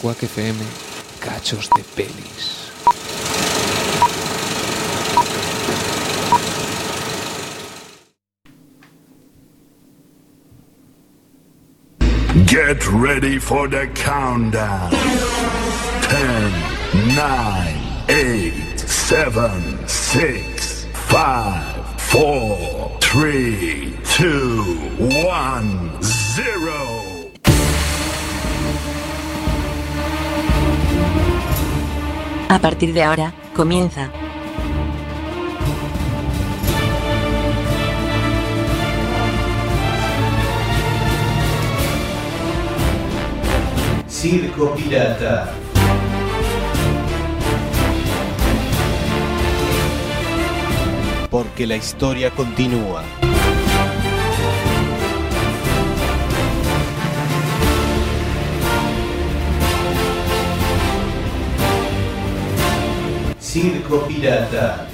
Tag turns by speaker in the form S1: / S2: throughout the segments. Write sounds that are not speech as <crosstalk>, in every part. S1: Quack FM, cachos de pelis.
S2: Get ready for the countdown. 10, 9, 8, 7, 6, 5, 4, 3, 2, 1, 0.
S3: A partir de ahora, comienza.
S4: Circo Pirata. Porque la historia continúa. Circo Pirata.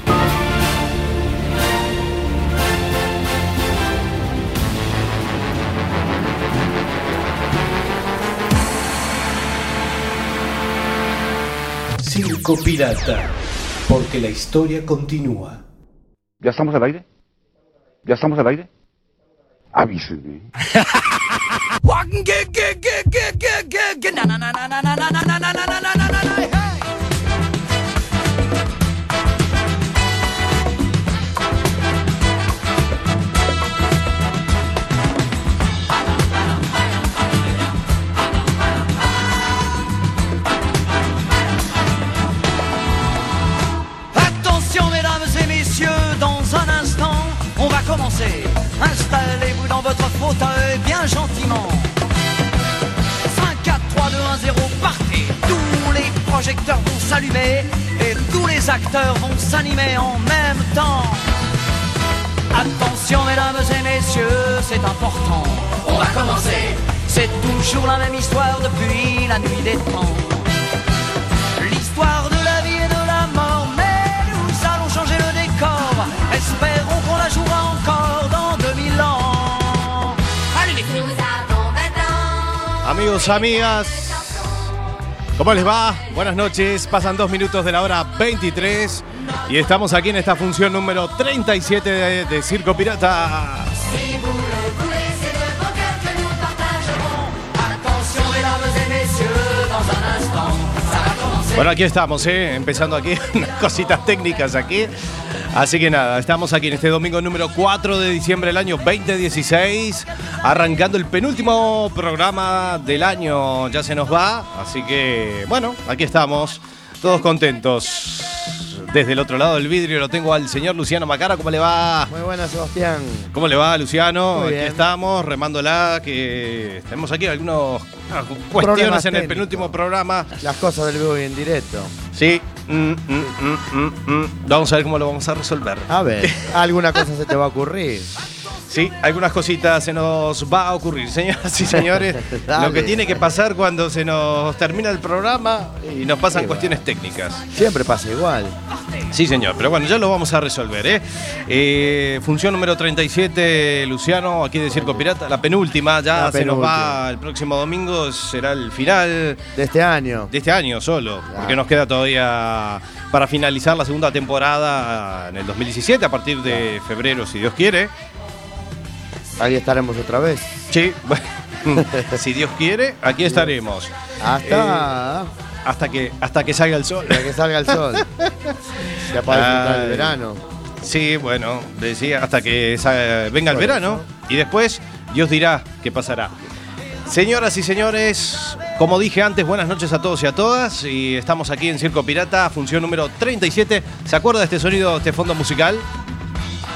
S4: Circo Pirata. Porque la historia continúa.
S5: ¿Ya estamos al aire? ¿Ya estamos al aire? Avísenme.
S6: Attention mesdames et messieurs, dans un instant, on va commencer. Installez-vous dans votre fauteuil bien gentiment. 5, 4, 3, 2, 1, 0, partez. Tous les projecteurs vont s'allumer et tous les acteurs vont s'animer en même temps. Attention mesdames et messieurs, c'est important. On va commencer. C'est toujours la même histoire depuis la nuit des temps. L'histoire de la vie et de la mort, mais nous allons changer le décor. Espérons qu'on la jouera encore dans 2000 ans. Allez les filles.
S7: Amigos, amigas, ¿cómo les va? Buenas noches, pasan dos minutos de la hora 23 y estamos aquí en esta función número 37 de, de Circo Pirata.
S6: Attention mesdames et messieurs, dans un instant, ça va commencer.
S7: Bueno, aquí estamos, ¿eh? empezando aquí <laughs> unas cositas técnicas aquí. Así que nada, estamos aquí en este domingo número 4 de diciembre del año 2016, arrancando el penúltimo programa del año, ya se nos va, así que bueno, aquí estamos, todos contentos. Desde el otro lado del vidrio lo tengo al señor Luciano Macara, ¿cómo le va?
S8: Muy buenas, Sebastián.
S7: ¿Cómo le va, Luciano?
S8: Muy
S7: aquí
S8: bien.
S7: estamos, remándola, que tenemos aquí algunos ah, cuestiones en el
S8: Problemas técnicos.
S7: penúltimo programa.
S8: Las cosas del vivo y en directo.
S7: Sí. Mm, mm, mm, mm, mm. Vamos a ver cómo lo vamos a resolver.
S8: A ver, <laughs> alguna cosa se te va a ocurrir.
S7: <laughs> Sí, algunas cositas se nos va a ocurrir, señoras y
S8: <laughs>
S7: señores.
S8: Dale.
S7: lo que tiene que pasar cuando se nos termina el programa y nos pasan
S8: Sí, va.
S7: cuestiones técnicas.
S8: Siempre pasa igual.
S7: Sí, señor, pero bueno, ya lo vamos a resolver. ¿eh? Eh, función número 37, Luciano, aquí de Circo Pirata, la penúltima, ya
S8: La
S7: se nos va
S8: penúltima.
S7: el próximo domingo, será el final.
S8: De este año.
S7: de este año solo, porque nos queda todavía para finalizar la segunda temporada en el 2017, a partir de febrero, si Dios quiere.
S8: Ahí estaremos otra vez.
S7: Sí, bueno, <laughs> si Dios quiere, aquí estaremos. Eh,
S8: Hasta,
S7: Hasta que, hasta que salga el sol.
S8: hasta que salga el sol. Ya para disfrutar
S7: Ay.
S8: el verano.
S7: Sí, bueno, decía, hasta que sa- venga el
S8: Por eso.
S7: verano y después Dios dirá qué pasará. Señoras y señores, como dije antes, buenas noches a todos y a todas. Y estamos aquí en Circo Pirata, función número 37. ¿Se acuerda de este sonido, este fondo musical?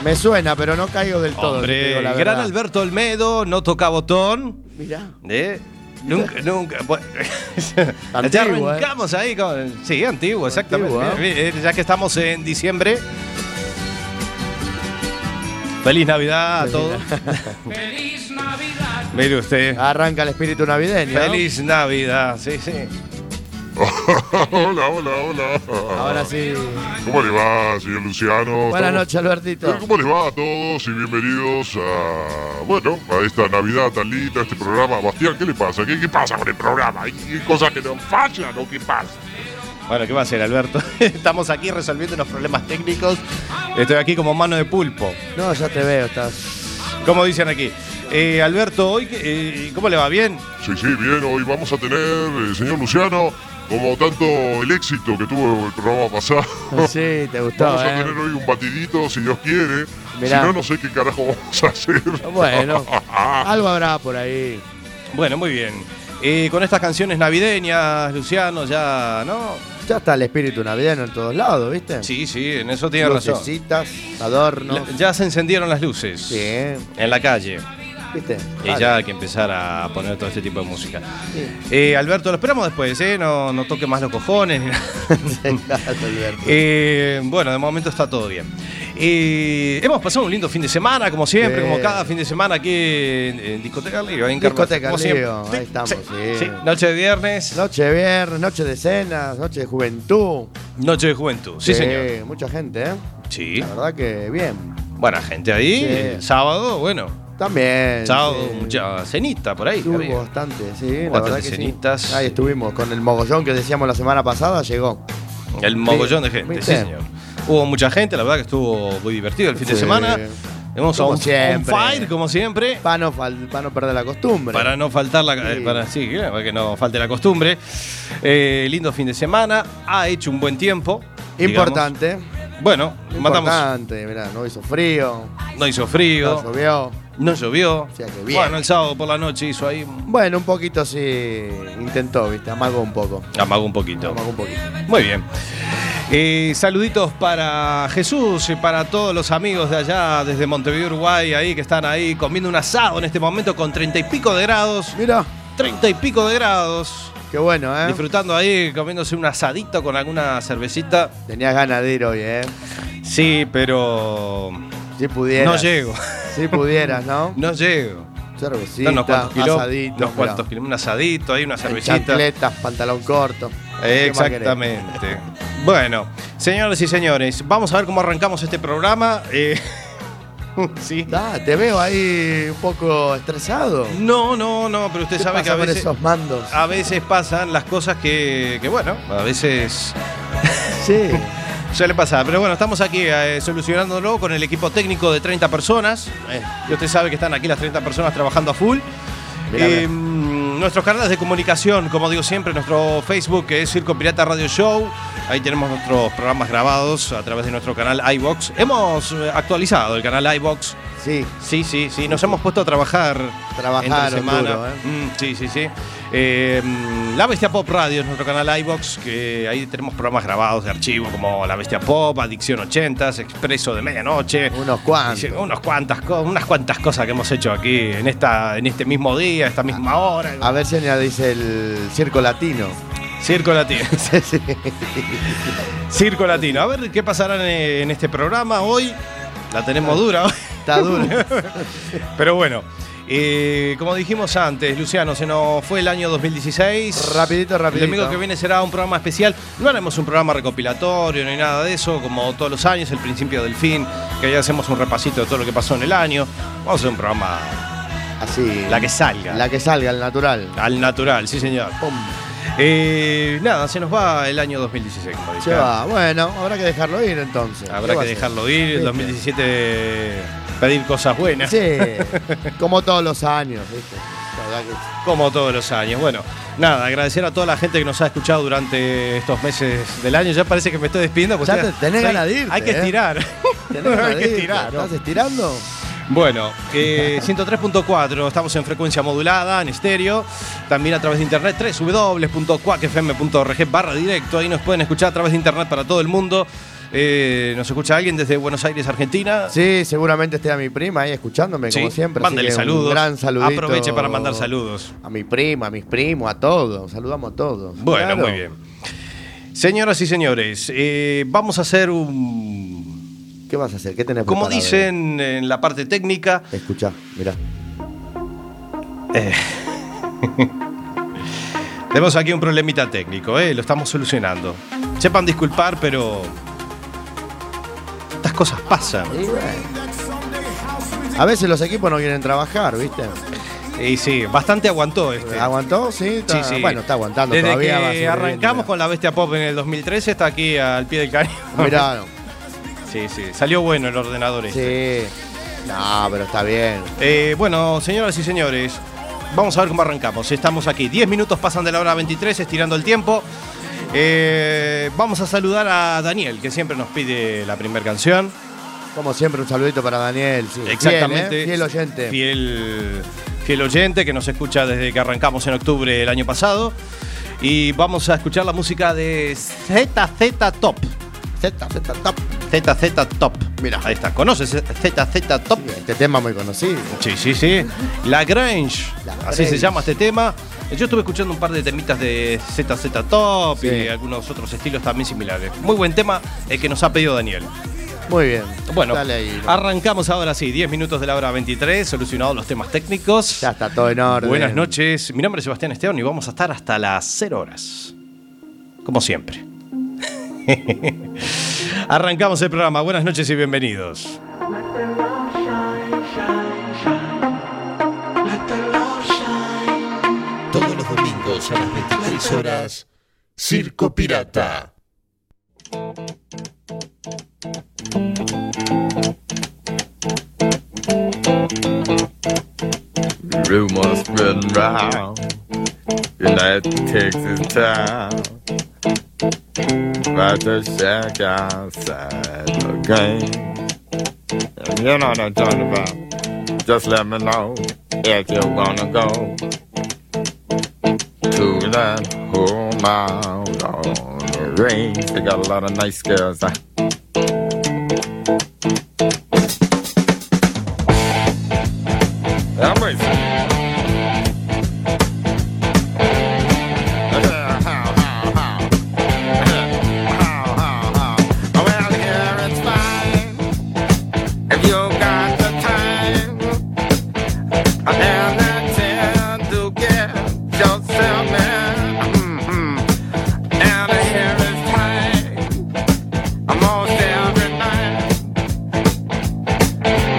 S8: Me suena, pero no caigo del todo. si te
S7: Hombre,
S8: digo la
S7: gran
S8: verdad.
S7: Alberto Olmedo, no toca botón.
S8: Mirá.
S7: ¿eh? Nunca, nunca.
S8: <laughs>
S7: bueno, ya
S8: Antiguo, ¿eh?
S7: arrancamos ahí con. Sí, antiguo, exactamente.
S8: Antiguo, ¿eh?
S7: Mira, mira, Ya que estamos en diciembre. Feliz Navidad a todos. Feliz <laughs> Navidad. Mire usted.
S8: Arranca el espíritu navideño.
S7: Feliz Navidad, sí, sí.
S5: hola, hola, hola.
S6: Ahora sí.
S5: ¿Cómo le va, señor Luciano?
S6: Buenas
S5: ¿Cómo-
S6: noches, Albertito.
S5: ¿Cómo les va a todos y bienvenidos a, bueno, a esta Navidad tan linda, a este programa? Bastián, ¿qué le pasa? ¿Qué, qué pasa con el programa? ¿Hay hay cosas que no fallan o qué pasa?
S7: Bueno, ¿qué va a hacer, Alberto? <laughs> Estamos aquí resolviendo unos problemas técnicos. Estoy aquí como mano de pulpo.
S6: No, ya te veo, estás.
S7: Como dicen aquí. Eh, Alberto, hoy, eh, ¿cómo le va? ¿Bien?
S5: Sí, sí, bien, hoy vamos a tener, eh, señor Luciano, como tanto el éxito que tuvo el programa pasado.
S8: <laughs>
S6: Sí, te gustó,
S5: Vamos a
S6: ¿eh?
S5: tener hoy un batidito, si Dios quiere.
S6: Mirá.
S5: Si no, no sé qué carajo vamos a hacer. <laughs>
S6: Bueno, algo habrá por ahí.
S7: Bueno, muy bien. Eh, con estas canciones navideñas, Luciano, ya, ¿no?
S6: Ya está el espíritu navideño en todos lados, ¿viste?
S7: Sí, sí, en eso tiene razón.
S6: Lucecitas, adornos.
S7: La- ya se encendieron las luces
S6: Bien,
S7: en la calle.
S6: ¿viste? <laughs>
S7: Y
S6: Vale.
S7: ya hay que empezar a poner todo este tipo de música.
S6: Sí.
S7: Eh, Alberto, lo esperamos después, ¿eh? No, no toque más
S6: <laughs>
S7: los cojones. ni nada.
S6: Alberto.
S7: Eh, bueno, de momento está todo bien. Eh, hemos pasado un lindo fin de semana, como siempre,
S6: Sí.
S7: como cada fin de semana aquí en, en Discoteca Lío. ahí en Carmen.
S6: Discoteca
S7: Como siempre.
S6: Lío, ahí estamos, sí.
S7: sí. Noche de viernes,
S6: Noche de viernes, noche de cenas, noche de juventud.
S7: noche de juventud. Sí, señor.
S6: Mucha gente, ¿eh?
S7: Sí.
S6: La verdad que bien.
S7: Buena gente ahí.
S6: Sí.
S7: El sábado, bueno.
S6: También.
S7: Sábado,
S6: sí.
S7: mucha cenita por ahí.
S6: Estuvo
S7: había.
S6: bastante, sí. la
S7: Bastante
S6: verdad que sí.
S7: cenitas.
S6: Ahí estuvimos con el mogollón que decíamos la semana pasada, llegó.
S7: El mogollón de gente, sí,
S6: ¿Viste?
S7: señor. Hubo mucha gente, la verdad que estuvo muy divertido el fin de
S6: Sí.
S7: semana. Hemos a
S6: Como
S7: un, un
S6: siempre.
S7: fire, como siempre.
S6: Para no, fal- pa' no perder la costumbre.
S7: Para no faltar la, eh,
S6: Sí.
S7: para, sí, claro, para que no falte la costumbre. Eh, lindo fin de semana. Ha hecho un buen tiempo. digamos.
S6: Importante.
S7: Bueno, matamos.
S6: Importante, mirá, no hizo frío,
S7: No hizo
S6: no
S7: frío.
S6: llovió.
S7: No llovió.
S6: sea que bien.
S7: bueno, el sábado por la noche hizo ahí. un-
S6: Bueno, un poquito sí intentó, viste, amagó un poco.
S7: Amagó un poquito.
S6: Amagó un poquito.
S7: Muy bien. Eh, saluditos para Jesús y para todos los amigos de allá desde Montevideo, Uruguay, ahí que están ahí comiendo un asado en este momento con treinta y pico de grados.
S6: Mira,
S7: Treinta y pico de grados.
S6: qué bueno, ¿eh?
S7: Disfrutando ahí, comiéndose un asadito con alguna cervecita.
S6: Tenías ganas de ir hoy, ¿eh?
S7: Sí, pero
S6: Si pudieras.
S7: no llego.
S6: Si pudieras, ¿no?
S7: No llego.
S6: Cervecita,
S7: Son unos cuantos kilos.
S6: asadito.
S7: unos
S6: mirá.
S7: cuantos kilos. Un asadito, ahí una cervecita.
S6: Chancletas, pantalón corto. ¿Qué más querés?
S7: Exactamente. Bueno, señoras y señores, vamos a ver cómo arrancamos este programa. Eh, <laughs> sí.
S6: Ah, te veo ahí un poco estresado.
S7: No, no, no, pero usted
S6: ¿Qué
S7: sabe
S6: pasa
S7: que a
S6: con
S7: veces,
S6: esos mandos?
S7: a veces pasan las cosas que, que, bueno, a veces
S6: <laughs>
S7: <laughs>
S6: Sí.
S7: suele pasar. Pero bueno, estamos aquí eh, solucionándolo con el equipo técnico de 30 personas. Eh, y usted sabe que están aquí las 30 personas trabajando a full.
S6: Mirá,
S7: Eh, nuestros canales de comunicación, como digo siempre, nuestro Facebook que es Circo Pirata Radio Show. Ahí tenemos nuestros programas grabados a través de nuestro canal iBox. Hemos eh, actualizado el canal iBox.
S6: Sí,
S7: Sí, sí, sí. Nos hemos puesto a trabajar.
S6: Trabajaron
S7: entre semana.
S6: duro, ¿eh?
S7: Mm, sí, sí, sí. Eh, mm, la Bestia Pop Radio es nuestro canal iBox, que ahí tenemos programas grabados de archivo como La Bestia Pop, Adicción 80s, Expreso de Medianoche.
S6: unos cuantos.
S7: Hicieron Unos cuantas, co- unas cuantas cosas que hemos hecho aquí en, esta, en este mismo día, esta misma hora.
S6: A ver si añadís el circo latino.
S7: Circo Latino.
S6: <laughs> Sí, sí.
S7: Circo Latino. A ver qué pasará en, eh, en este programa hoy. La tenemos dura hoy.
S6: Está duro.
S7: <laughs> Pero bueno, eh, como dijimos antes, Luciano, se nos fue el año 2016.
S6: Rapidito, rapidito.
S7: El domingo que viene será un programa especial. No haremos un programa recopilatorio ni nada de eso, como todos los años, el principio del fin, que ya hacemos un repasito de todo lo que pasó en el año. Vamos a hacer un programa
S6: Así.
S7: la que salga.
S6: La que salga, el natural.
S7: Al natural, sí señor.
S6: Pum.
S7: Eh, nada, se nos va el año 2016, como dije.
S6: Se va. Bueno, habrá que dejarlo ir entonces. ¿Qué
S7: Habrá
S6: va
S7: que
S6: a hacer?
S7: dejarlo ir, el
S6: ¿Viste?
S7: 2017 pedir cosas buenas, <laughs>
S6: Sí. Como todos los años, ¿viste? La verdad que-
S7: como todos los años. Bueno, nada, agradecer a toda la gente que nos ha escuchado durante estos meses del año. Ya parece que me estoy despidiendo. porque
S6: Ya te- tenés
S7: hay-
S6: ganas de irte,
S7: Hay que
S6: ¿eh?
S7: estirar.
S6: <laughs> Tenés ganas
S7: <laughs> hay
S6: de
S7: que
S6: ir,
S7: estirar.
S6: ¿Estás estirando?
S7: Bueno, <laughs> eh, 103.4, estamos en frecuencia modulada, en estéreo, también a través de internet, www.cuacfm.org barra directo, ahí nos pueden escuchar a través de internet para todo el mundo. Eh, ¿Nos escucha alguien desde Buenos Aires, Argentina?
S6: Sí, seguramente esté a mi prima ahí escuchándome,
S7: Sí,
S6: como siempre. así
S7: Mándale
S6: que un
S7: saludos.
S6: gran saludito.
S7: Aproveche para mandar saludos.
S6: A mi prima, a mis primos, a todos. Saludamos a todos.
S7: Bueno,
S6: Claro.
S7: muy bien. Señoras y señores, eh, vamos a hacer un...
S6: ¿Qué vas a hacer? ¿Qué tenés
S7: Como
S6: preparado?
S7: dicen en la parte técnica,
S6: Escuchá, mirá.
S7: Tenemos aquí un problemita técnico, ¿eh? lo estamos solucionando. Sepan disculpar, pero. Estas cosas pasan.
S6: A veces los equipos no quieren trabajar, ¿viste?
S7: Y sí, bastante aguantó este.
S6: ¿Aguantó? Sí, está-
S7: Sí, sí.
S6: Bueno, está aguantando
S7: Desde
S6: todavía.
S7: que arrancamos con la bestia pop en el 2013, está aquí al pie del cañón.
S6: Mirá,
S7: <laughs> Sí, sí, salió bueno el ordenador este.
S6: sí. No, pero está bien.
S7: Eh, bueno, señoras y señores, vamos a ver cómo arrancamos. Estamos aquí. 10 minutos pasan de la hora 23, estirando el tiempo. Eh, vamos a saludar a Daniel, que siempre nos pide la primera canción.
S6: Como siempre, un saludito para Daniel. sí. Fiel, ¿eh?
S7: Exactamente.
S6: Fiel, oyente.
S7: Fiel, fiel oyente que nos escucha desde que arrancamos en octubre del año pasado. Y vamos a escuchar la música de ZZ Top.
S6: Z, Z, top.
S7: ZZ Top.
S6: Mira.
S7: Ahí está. ¿Conoces ZZ Top?
S6: Este tema muy conocido.
S7: Sí, sí, sí. La Grange.
S6: La
S7: así se
S6: Grange.
S7: llama este tema. Yo estuve escuchando un par de temitas de ZZ Top
S6: Sí.
S7: y algunos otros estilos también similares. Muy buen tema el que nos ha pedido Daniel.
S6: Muy bien.
S7: Bueno,
S6: Dale ahí.
S7: arrancamos ahora sí, 10 minutos de la hora 23, solucionados los temas técnicos.
S6: Ya está todo en orden.
S7: Buenas noches, mi nombre es Sebastián Esteón y vamos a estar hasta las 0 horas. Como siempre. <laughs> Arrancamos el programa, buenas noches y bienvenidos.
S4: Todos los domingos a las 23 horas, Circo Pirata.
S9: Rumors spreading round. Your night takes its time. About to shack outside the game. If you know what I'm talking about, just let me know if you wanna go to that whole mile on the range. They got a lot of nice girls. I I'm racing. Well, here it's fine. If you got the time and the chance to get yourself
S6: Mm-hmm.
S9: in. And here it's time. Almost every night.
S6: Mm-hmm.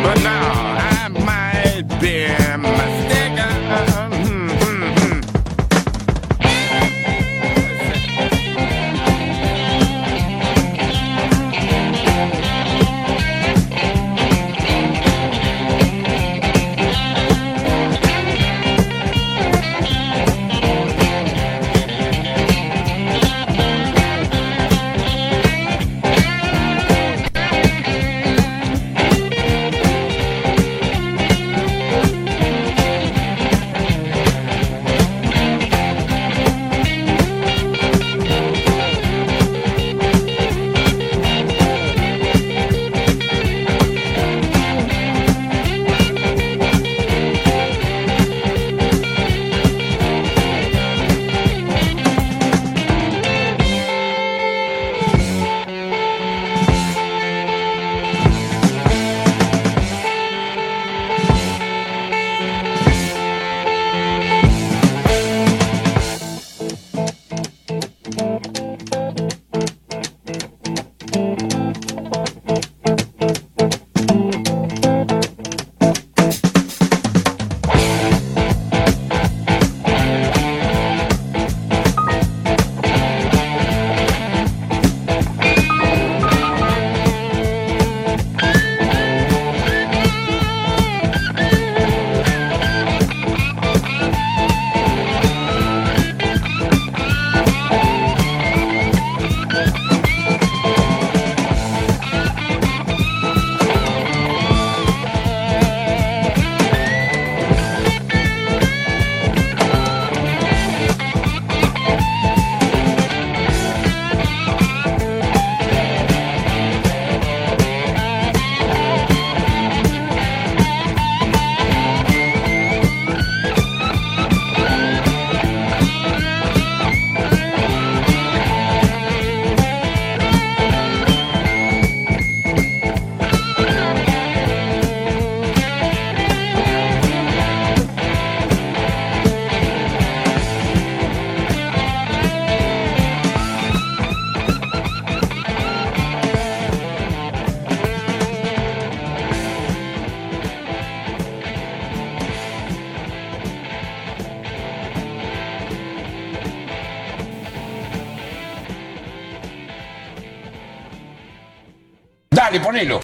S10: Dale, ponelo.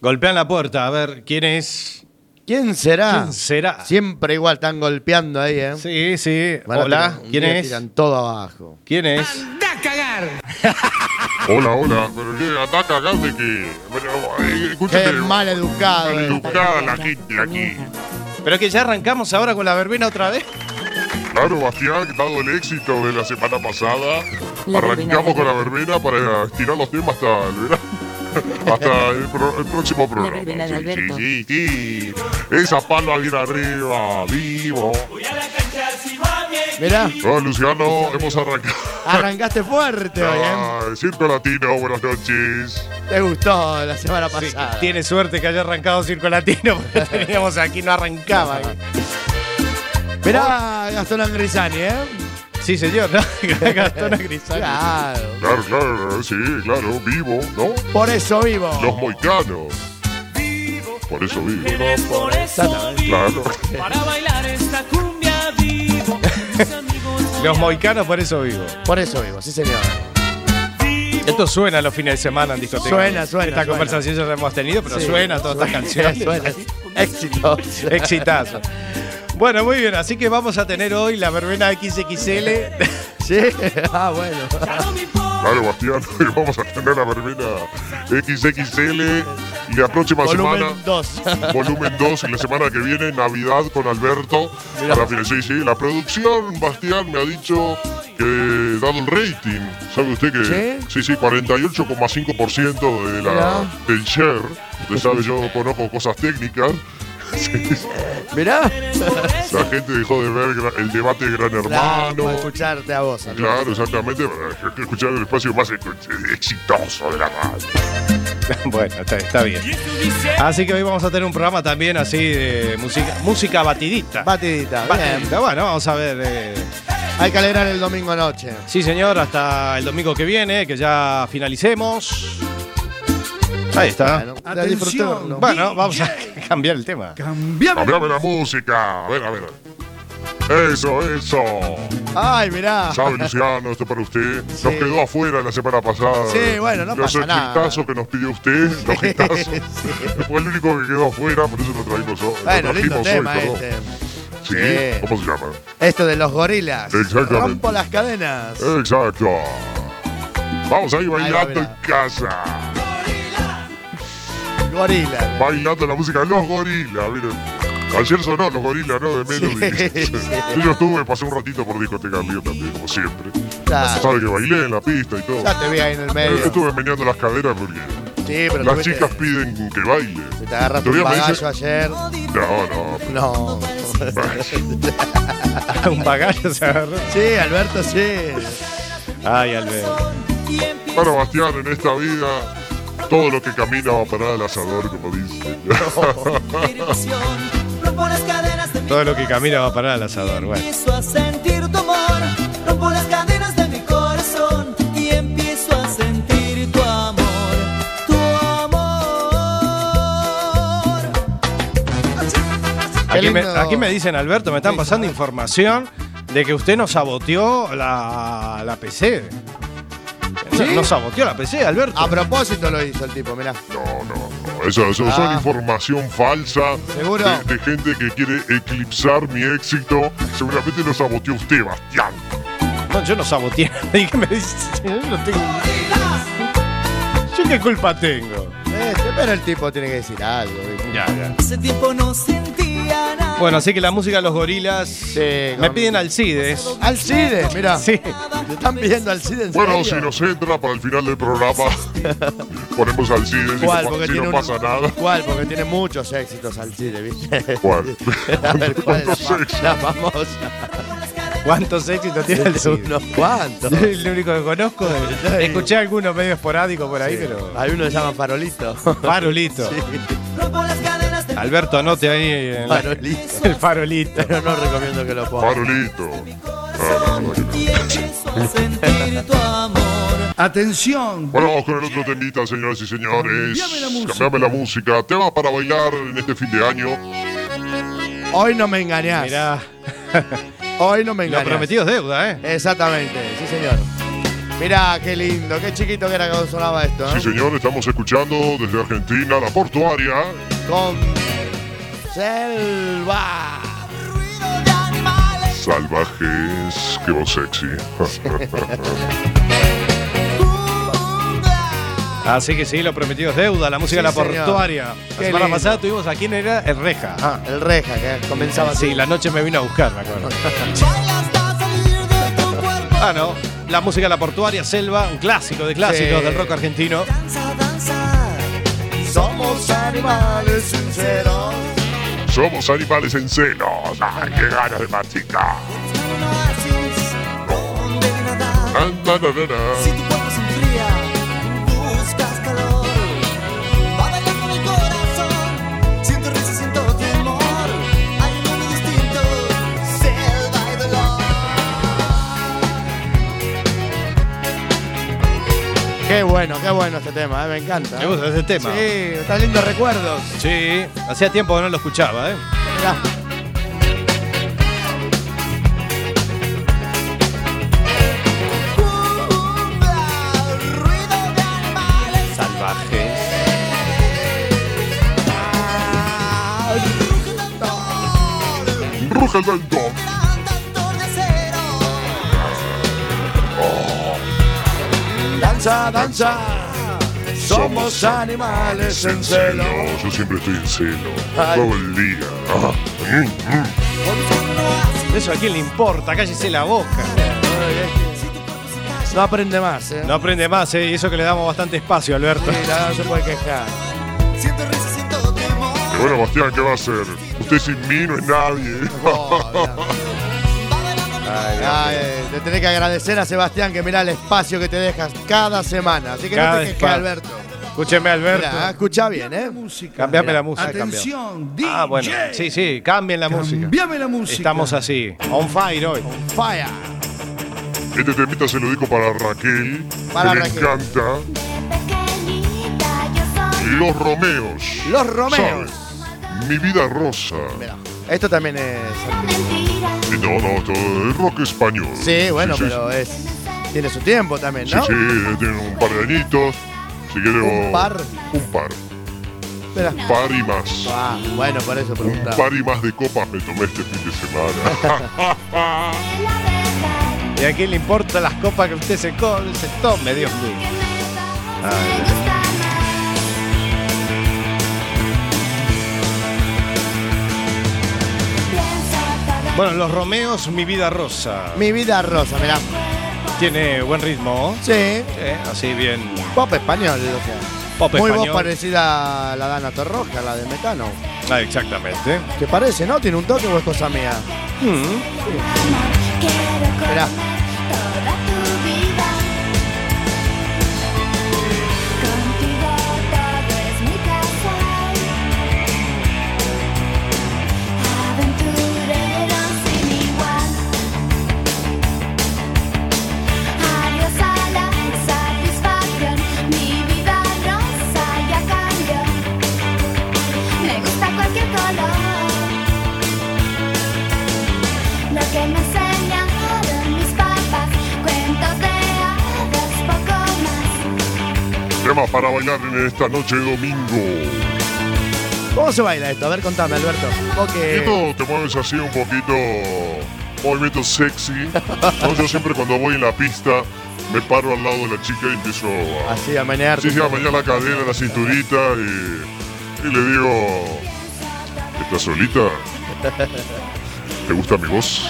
S4: Golpean la puerta, a ver quién es.
S7: ¿Quién será?
S4: ¿Quién será?
S7: Siempre igual están golpeando ahí, ¿eh?
S4: Sí, sí. Hola, Ah, ¿quién es?
S7: Tiran todo abajo.
S4: ¿Quién es?
S10: ¡Da a cagar!
S9: Hola, hola. Pero que ataca acá de que. Bueno, eh, escúchate.
S7: Qué mal educado.
S9: mal educada la gente de aquí.
S4: Pero que ya arrancamos ahora con la verbena otra vez.
S9: Claro, Bastián, dado el éxito de la semana pasada,
S3: La verbena.
S9: arrancamos con la verbena para estirar eh, los temas hasta el verano. Hasta el, pro- el próximo programa.
S3: verbena de
S9: Sí,
S3: Alberto.
S9: sí, sí, sí. Esa palma bien arriba, vivo.
S7: Mirá,
S9: No, Ah, Luciano, hemos arrancado.
S7: arrancaste fuerte hoy, ¿eh?
S9: Ah, Circo Latino, buenas noches.
S7: Te gustó la semana
S4: Sí,
S7: pasada.
S4: tiene suerte que haya arrancado Circo Latino, porque
S7: <laughs>
S4: teníamos aquí, no arrancaba.
S7: Mirá, Gastón Angrisani, ¿eh?
S4: Sí, señor, ¿no? <laughs>
S7: <laughs>
S4: Gastón Grisal.
S7: Claro.
S5: Ah,
S9: Claro, claro, sí, claro, vivo, ¿no?
S7: Por eso vivo.
S9: Los moicanos. Por eso vivo. ¿no? Claro.
S6: Para bailar esta cumbia vivo. Mis amigos
S4: Los moicanos, por eso vivo.
S7: Por eso vivo, sí, señor.
S4: Esto suena los fines de semana en discoteca.
S7: Suena, suena,
S4: Esta
S7: suena.
S4: conversación ya la hemos tenido, pero
S7: Sí.
S4: suena todas estas canciones. <laughs>
S7: Suena. Éxito.
S4: Exitazo. Bueno, muy bien, así que vamos a tener hoy la verbena XXL.
S7: Sí. Ah, bueno.
S9: Claro, Bastián, <laughs> hoy vamos a tener la verbena XXL y la próxima
S7: Volumen
S9: semana,
S7: 2.
S9: <laughs> volumen 2, y la semana que viene, Navidad con Alberto. Para fin- sí, sí, la producción, Bastián, me ha dicho que dado el rating, ¿sabe usted que? Sí, sí, 48,5% de la,
S7: Mirá.
S9: del share. Usted sabe, yo conozco cosas técnicas. <laughs> Sí,
S7: Mirá.
S9: La gente dejó de ver gra- el debate de Gran
S7: Claro,
S9: Hermano.
S7: para escucharte a vos. amigo.
S9: Claro, exactamente. Hay que escuchar el espacio más ex- exitoso de la radio.
S4: <laughs> bueno, está, está bien. Así que hoy vamos a tener un programa también así de música, música batidita.
S7: Batidita, bien.
S4: Batidita, bueno, vamos a ver. eh,
S7: Hay que alegrar el domingo noche.
S4: Sí, señor, hasta el domingo que viene, que ya finalicemos. Ahí está.
S7: Bueno, de disfrutarlo.
S4: Bueno, vamos a <laughs> cambiar el tema.
S9: Cambiame la música. A ver, a ver. Eso, eso.
S7: Ay, mirá.
S9: Sabe, Luciano, esto para usted.
S7: Sí.
S9: Nos quedó afuera la semana pasada.
S7: Sí, bueno, no
S9: Los
S7: pasa nada.
S9: gitazos que nos pidió usted,
S7: <laughs>
S9: los gitazos.
S7: sí.
S9: Fue el único que quedó afuera, por eso lo traímos hoy. lo
S7: Bueno, lindo
S9: trajimos hoy,
S7: tema
S9: perdón.
S7: este.
S9: Sí,
S7: Sí.
S9: ¿cómo se llama?
S7: Esto de los gorilas.
S9: Exactamente. Eh.
S7: Rompo las cadenas.
S9: Exacto. Vamos ahí bailando en
S7: mirá.
S9: casa.
S7: Gorilas.
S9: bailando la música de los gorilas, miren. Ayer sonó los gorilas, ¿no? De Melody. Yo no estuve, pasé un ratito por discoteca Río también, como siempre.
S7: Ya,
S9: Sabe que bailé en la pista y todo.
S7: Ah. ya te vi ahí en el
S9: Pero
S7: medio. Sí,
S9: estuve meneando las caderas porque
S7: pero
S9: Eh, las
S7: tuviste-
S9: chicas piden que baile.
S7: Te agarraste un
S9: Todavía me
S7: bagallo
S9: dice-
S7: ayer.
S9: No, no.
S4: <laughs>
S7: No.
S4: un bagallo se agarró.
S7: Sí, Alberto, sí.
S4: Ay, Alberto.
S9: Para Bastián, en esta vida, todo lo que camina va a parar al asador, como <laughs> dicen.
S6: Rompo las cadenas de mi
S4: Todo lo que camina va a parar al asador. Bueno.
S6: Empiezo a sentir tu amor, rompo las cadenas de mi corazón y empiezo a sentir tu amor, tu amor.
S4: Aquí me,
S7: lindo.
S4: aquí me dicen, Alberto, me están pasando información de que usted nos saboteó la, la PC. No,
S7: ¿Sí? Ah,
S4: Nos saboteó la PC, Alberto.
S7: A propósito lo hizo el tipo, mirá.
S9: No, no, no. Eso, eso son
S7: Ah.
S9: información falsa
S7: ¿Seguro?
S9: De, de gente que quiere eclipsar mi éxito. Seguramente lo saboteó usted, Bastián.
S4: No, yo no saboteé. ¿Y qué me dice? Yo no tengo. ¿Yo qué culpa tengo?
S7: Este, pero el tipo tiene que decir algo. ¿viste?
S4: Ya, ya.
S6: Hace tiempo no sentía nada.
S4: Bueno, así que la música de los gorilas. me
S7: con-
S4: piden Alcides.
S7: Alcides, mirá.
S4: Sí.
S7: Te están pidiendo Alcides en
S9: Bueno, si
S7: serio?
S9: nos entra para el final del programa,
S7: <laughs>
S9: ponemos al CIDE y
S7: ¿Cuál?
S9: no pa-
S7: Porque
S9: si
S7: tiene
S9: no
S7: un-
S9: pasa nada.
S7: ¿Cuál? Porque tiene muchos éxitos Alcides, ¿viste?
S9: ¿Cuál?
S7: <laughs> A ver,
S9: <laughs>
S7: ¿cuál es la,
S9: ¿Cuántos
S7: fam-
S9: éxitos?
S7: la famosa?
S4: ¿Cuántos éxitos tiene
S7: Son
S4: Alcides?
S7: unos cuantos.
S4: Es el único que
S7: <laughs>
S4: conozco. Escuché algunos medio esporádicos por ahí, pero.
S7: Hay uno que se llama Farolito.
S4: Farolito.
S6: Rompo las cadenas de mi
S4: Alberto, anote ahí en la-
S7: Farolito.
S4: el farolito.
S7: Pero no recomiendo que lo ponga.
S9: Farolito.
S6: corazón y empiezo a sentir tu amor.
S11: Atención.
S9: Bueno, vamos con el otro temita, señoras y señores. Cambiame la música. Tema para bailar en este fin de año.
S7: Hoy no me engañás.
S4: Mirá,
S7: <laughs> Hoy no me
S4: lo
S7: engañás.
S4: prometido es deuda, ¿eh?
S7: Exactamente, sí señor. Mirá, qué lindo, qué chiquito que era cuando sonaba esto. ¿eh?
S9: Sí, señor, estamos escuchando desde Argentina la portuaria.
S7: Con Selva.
S9: Salvajes, que voz sexy.
S4: Así que sí, lo prometido es deuda, la música de
S7: Sí,
S4: la
S7: señor.
S4: portuaria.
S7: Qué
S4: la semana
S7: lindo.
S4: pasada tuvimos a quién era el Reja. Ah,
S7: el Reja, que comenzaba
S4: Sí,
S7: así.
S4: la noche me vino a buscar, me
S7: <laughs>
S4: acuerdo. ah, no. La música de la portuaria, Selva, un clásico de clásicos
S7: Sí.
S4: del rock argentino.
S7: Somos animales sinceros.
S9: Somos animales en celos. Ay, qué ganas de masticar. Na, na, na, na, na.
S7: Qué bueno, qué bueno este tema, ¿eh? me encanta.
S4: Me gusta ese tema.
S7: Sí, están lindos recuerdos.
S4: Sí, hacía tiempo que no lo escuchaba, ¿eh?
S7: Mirá.
S4: Salvajes.
S9: Ruge el viento.
S7: Danza, danza. Somos animales en celo.
S9: No, yo siempre estoy en celo. Todo el día. Ah, mm, mm.
S4: Eso a quién le importa, cállese la boca.
S7: No aprende más, ¿eh?
S4: No aprende más, ¿eh? Y eso que le damos bastante espacio, Alberto.
S7: Sí, la verdad, no se puede quejar.
S9: Y bueno, Bastián, ¿qué va a hacer? Usted sin mí no es nadie.
S7: Ay, eh, le tenés que agradecer a Sebastián que mirá el espacio que te dejas cada semana. Así que
S4: Cada
S7: no te quejes,
S4: espacio.
S7: Alberto.
S4: Escúcheme, Alberto.
S7: Mirá, escucha bien, ¿eh?
S4: Cambiame la música.
S10: Atención,
S4: cambiame. Ah, bueno. Sí, sí, cambien la música.
S10: Cambiame la música.
S4: Estamos así. On fire hoy.
S7: Fire.
S9: <laughs> Este temita se lo digo para Raquel,
S7: Para
S9: que
S7: Raquel.
S9: le encanta. Los Romeos.
S7: Los Romeos.
S9: ¿sabes? Mi vida rosa.
S7: Esto también es.
S9: Y No, no, todo el rock español.
S7: Sí, bueno,
S9: sí,
S7: pero es. Tiene su tiempo también,
S9: Sí,
S7: ¿no?
S9: sí, tiene un par de añitos. Si quiere,
S7: Un
S9: o-
S7: par.
S9: Un par.
S7: Espera.
S9: Un par y más.
S7: Ah, bueno, por eso
S9: Un
S7: preguntaba.
S9: par y más de copas me tomé este fin de semana. <laughs>
S4: ¿Y a quién le importa las copas que usted se, co- se tome, Dios mío? Ay, Dios. Bueno, los Romeos, mi vida rosa.
S7: Mi vida rosa, mirá.
S4: Tiene buen ritmo.
S7: Sí.
S4: Eh, así bien.
S7: Pop español, o sea.
S4: Pop
S7: Muy
S4: español.
S7: voz parecida a la Dana Torroja, la de Metano.
S4: Ah, exactamente.
S7: ¿Te parece, no? ¿Tiene un toque o es cosa mía?
S4: Mm.
S7: Mirá.
S12: Me gusta cualquier color Lo que me enseñaron mis papás Cuentos de hadas, poco más
S9: Tema para bailar en esta noche de domingo.
S7: ¿Cómo se baila esto? A ver, contame, Alberto. Vos que-
S9: poquito te mueves así un poquito movimiento sexy. No, yo siempre cuando voy en la pista me paro al lado de la chica y empiezo a,
S7: Así, a menear.
S9: sí, sí, a mañana la cadena, la cinturita y, y le digo, ¿estás solita? ¿Te gusta mi voz?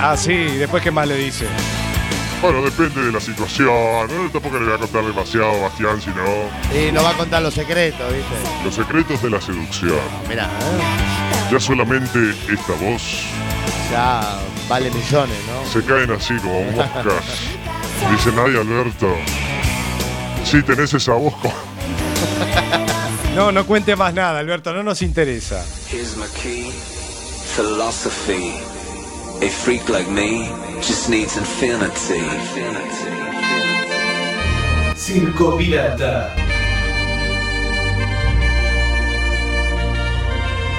S4: Ah, sí, después qué más le dice.
S9: Bueno, depende de la situación. No, tampoco le voy a contar demasiado, Bastián, sino
S7: Y nos va a contar los secretos, ¿viste?
S9: los secretos de la seducción.
S7: Mirá, ¿eh?
S9: Ya solamente esta voz
S7: ya vale millones, ¿no?
S9: Se caen así como moscas. Dice nadie, Alberto. Sí, tenés esa voz. co-
S4: No, no cuente más nada, Alberto, no nos interesa.
S13: Here's my key philosophy. A freak like me just needs infinity.
S11: Circo Pirata.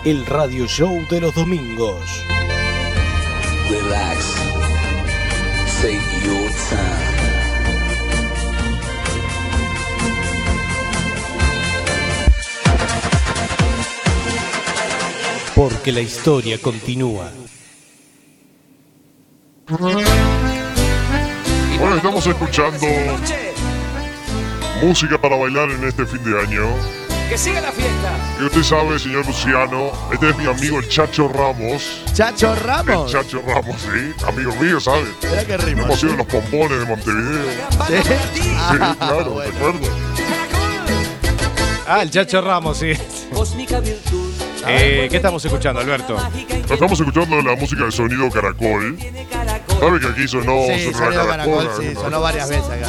S11: El radio show de los domingos.
S13: Relax. take your time.
S11: Porque la historia continúa.
S9: Bueno, estamos escuchando música para bailar en este fin de año.
S6: Que siga la fiesta.
S9: Y usted sabe, señor Luciano, este es mi amigo el Chacho Ramos.
S7: ¿Chacho Ramos?
S9: El Chacho Ramos, sí. Amigo mío, ¿sabe?
S7: Mira qué rima.
S9: Hemos sido los pompones de Montevideo.
S7: ¿Sí? <laughs>
S9: Sí, claro, recuerdo.
S4: Ah, el Chacho Ramos, sí. Eh, ¿Qué estamos escuchando, Alberto?
S9: Estamos escuchando la música de sonido caracol. ¿Sabe que aquí sonó,
S7: Sí,
S9: sonó la
S7: sonido
S9: caracola?
S7: caracol, sí,
S9: ¿no?
S7: sonó varias veces acá.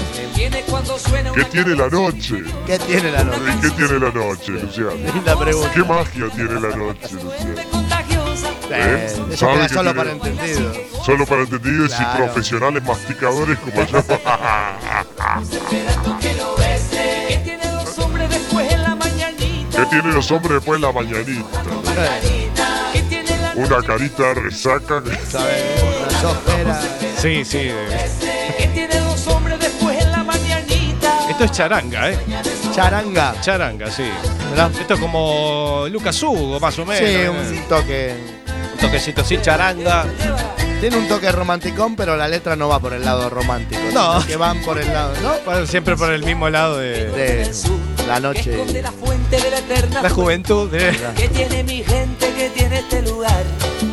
S9: ¿Qué tiene la noche?
S7: ¿Qué tiene la noche?
S9: Sí, ¿Qué tiene la noche, Luciano?
S7: Linda
S9: Pues,
S7: pregunta.
S9: ¿Qué magia tiene la noche, Luciano? ¿Eh?
S7: Eh, eso
S9: ¿Sabe
S7: queda
S9: que
S7: solo
S9: tiene-
S7: para entendidos.
S9: Solo para entendidos y
S7: Claro.
S9: profesionales masticadores como yo. <laughs> ¿Qué tienen los hombres después de la mañanita? Una carita de resaca.
S4: Sí, sí. eh. Esto es charanga, ¿eh?
S7: Charanga.
S4: Charanga, sí. Esto es como Lucas Hugo, más o menos.
S7: Sí,
S4: ¿eh?
S7: un toque.
S4: Un toquecito así, charanga.
S7: Tiene un toque romanticón, pero la letra no va por el lado romántico.
S4: No.
S7: sino Que van por el lado, ¿no?
S4: Para- Siempre por el mismo lado de,
S7: De la noche.
S4: la juventud. de-
S6: Que tiene mi gente, que tiene este lugar.